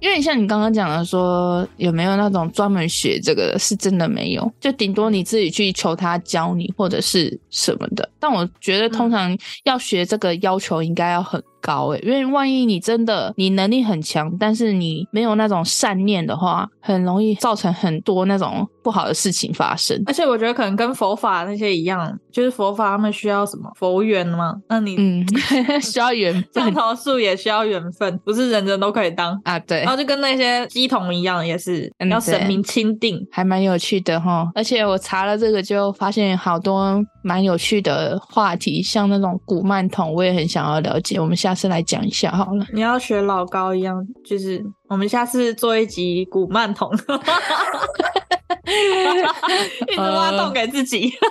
Speaker 1: 因为像你刚刚讲的说，有没有那种专门学这个的？是真的没有，就顶多你自己去求他教你或者是什么的。但我觉得通常要学这个要求应该要很高欸诶、因为万一你真的你能力很强，但是你没有那种善念的话，很容易造成很多那种不好的事情发生。
Speaker 2: 而且我觉得可能跟佛法那些一样，就是佛法他们需要什么佛缘嘛。那你
Speaker 1: 嗯， 需要缘
Speaker 2: 降
Speaker 1: 分
Speaker 2: 头术也需要缘分，不是人人都可以当。
Speaker 1: 啊，对
Speaker 2: 然。后就跟那些鸡童一样，也是
Speaker 1: 嗯
Speaker 2: 要神明钦定。
Speaker 1: 还蛮有趣的哈，而且我查了这个就发现好多蛮有趣的话题，像那种古曼童，我也很想要了解。我们下次来讲一下好了。
Speaker 2: 你要学老高一样，就是我们下次做一集古曼童， 一直挖洞给自己。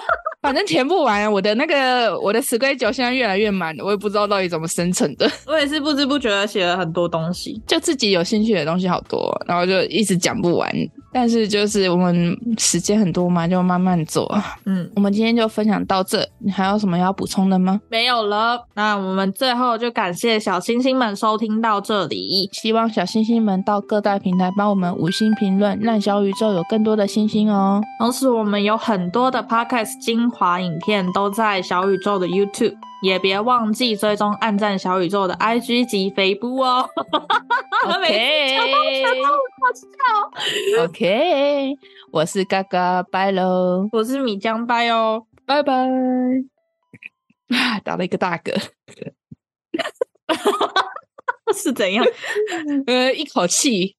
Speaker 1: 反正填不完，我的那个我的死龟酒现在越来越满，我也不知道到底怎么生成的。
Speaker 2: 我也是不知不觉的写了很多东西。
Speaker 1: 就自己有兴趣的东西好多，然后就一直讲不完。但是就是我们时间很多嘛，就慢慢做。
Speaker 2: 嗯，
Speaker 1: 我们今天就分享到这，你还有什么要补充的吗？
Speaker 2: 没有了。那我们最后就感谢小星星们收听到这里。
Speaker 1: 希望小星星们到各大平台帮我们五星评论，让小宇宙有更多的星星 哦。
Speaker 2: 同时，我们有很多的 podcast 精华影片都在小宇宙的 YouTube，也别忘记追踪、暗赞小宇宙的 IG 及肥布哦。 每次讲到这都好笑
Speaker 1: OK，我是嘎嘎，拜喽，
Speaker 2: 我是米江拜哦。
Speaker 1: 拜拜。啊 打了一个大嗝，
Speaker 2: 是怎样？
Speaker 1: 呃，一口气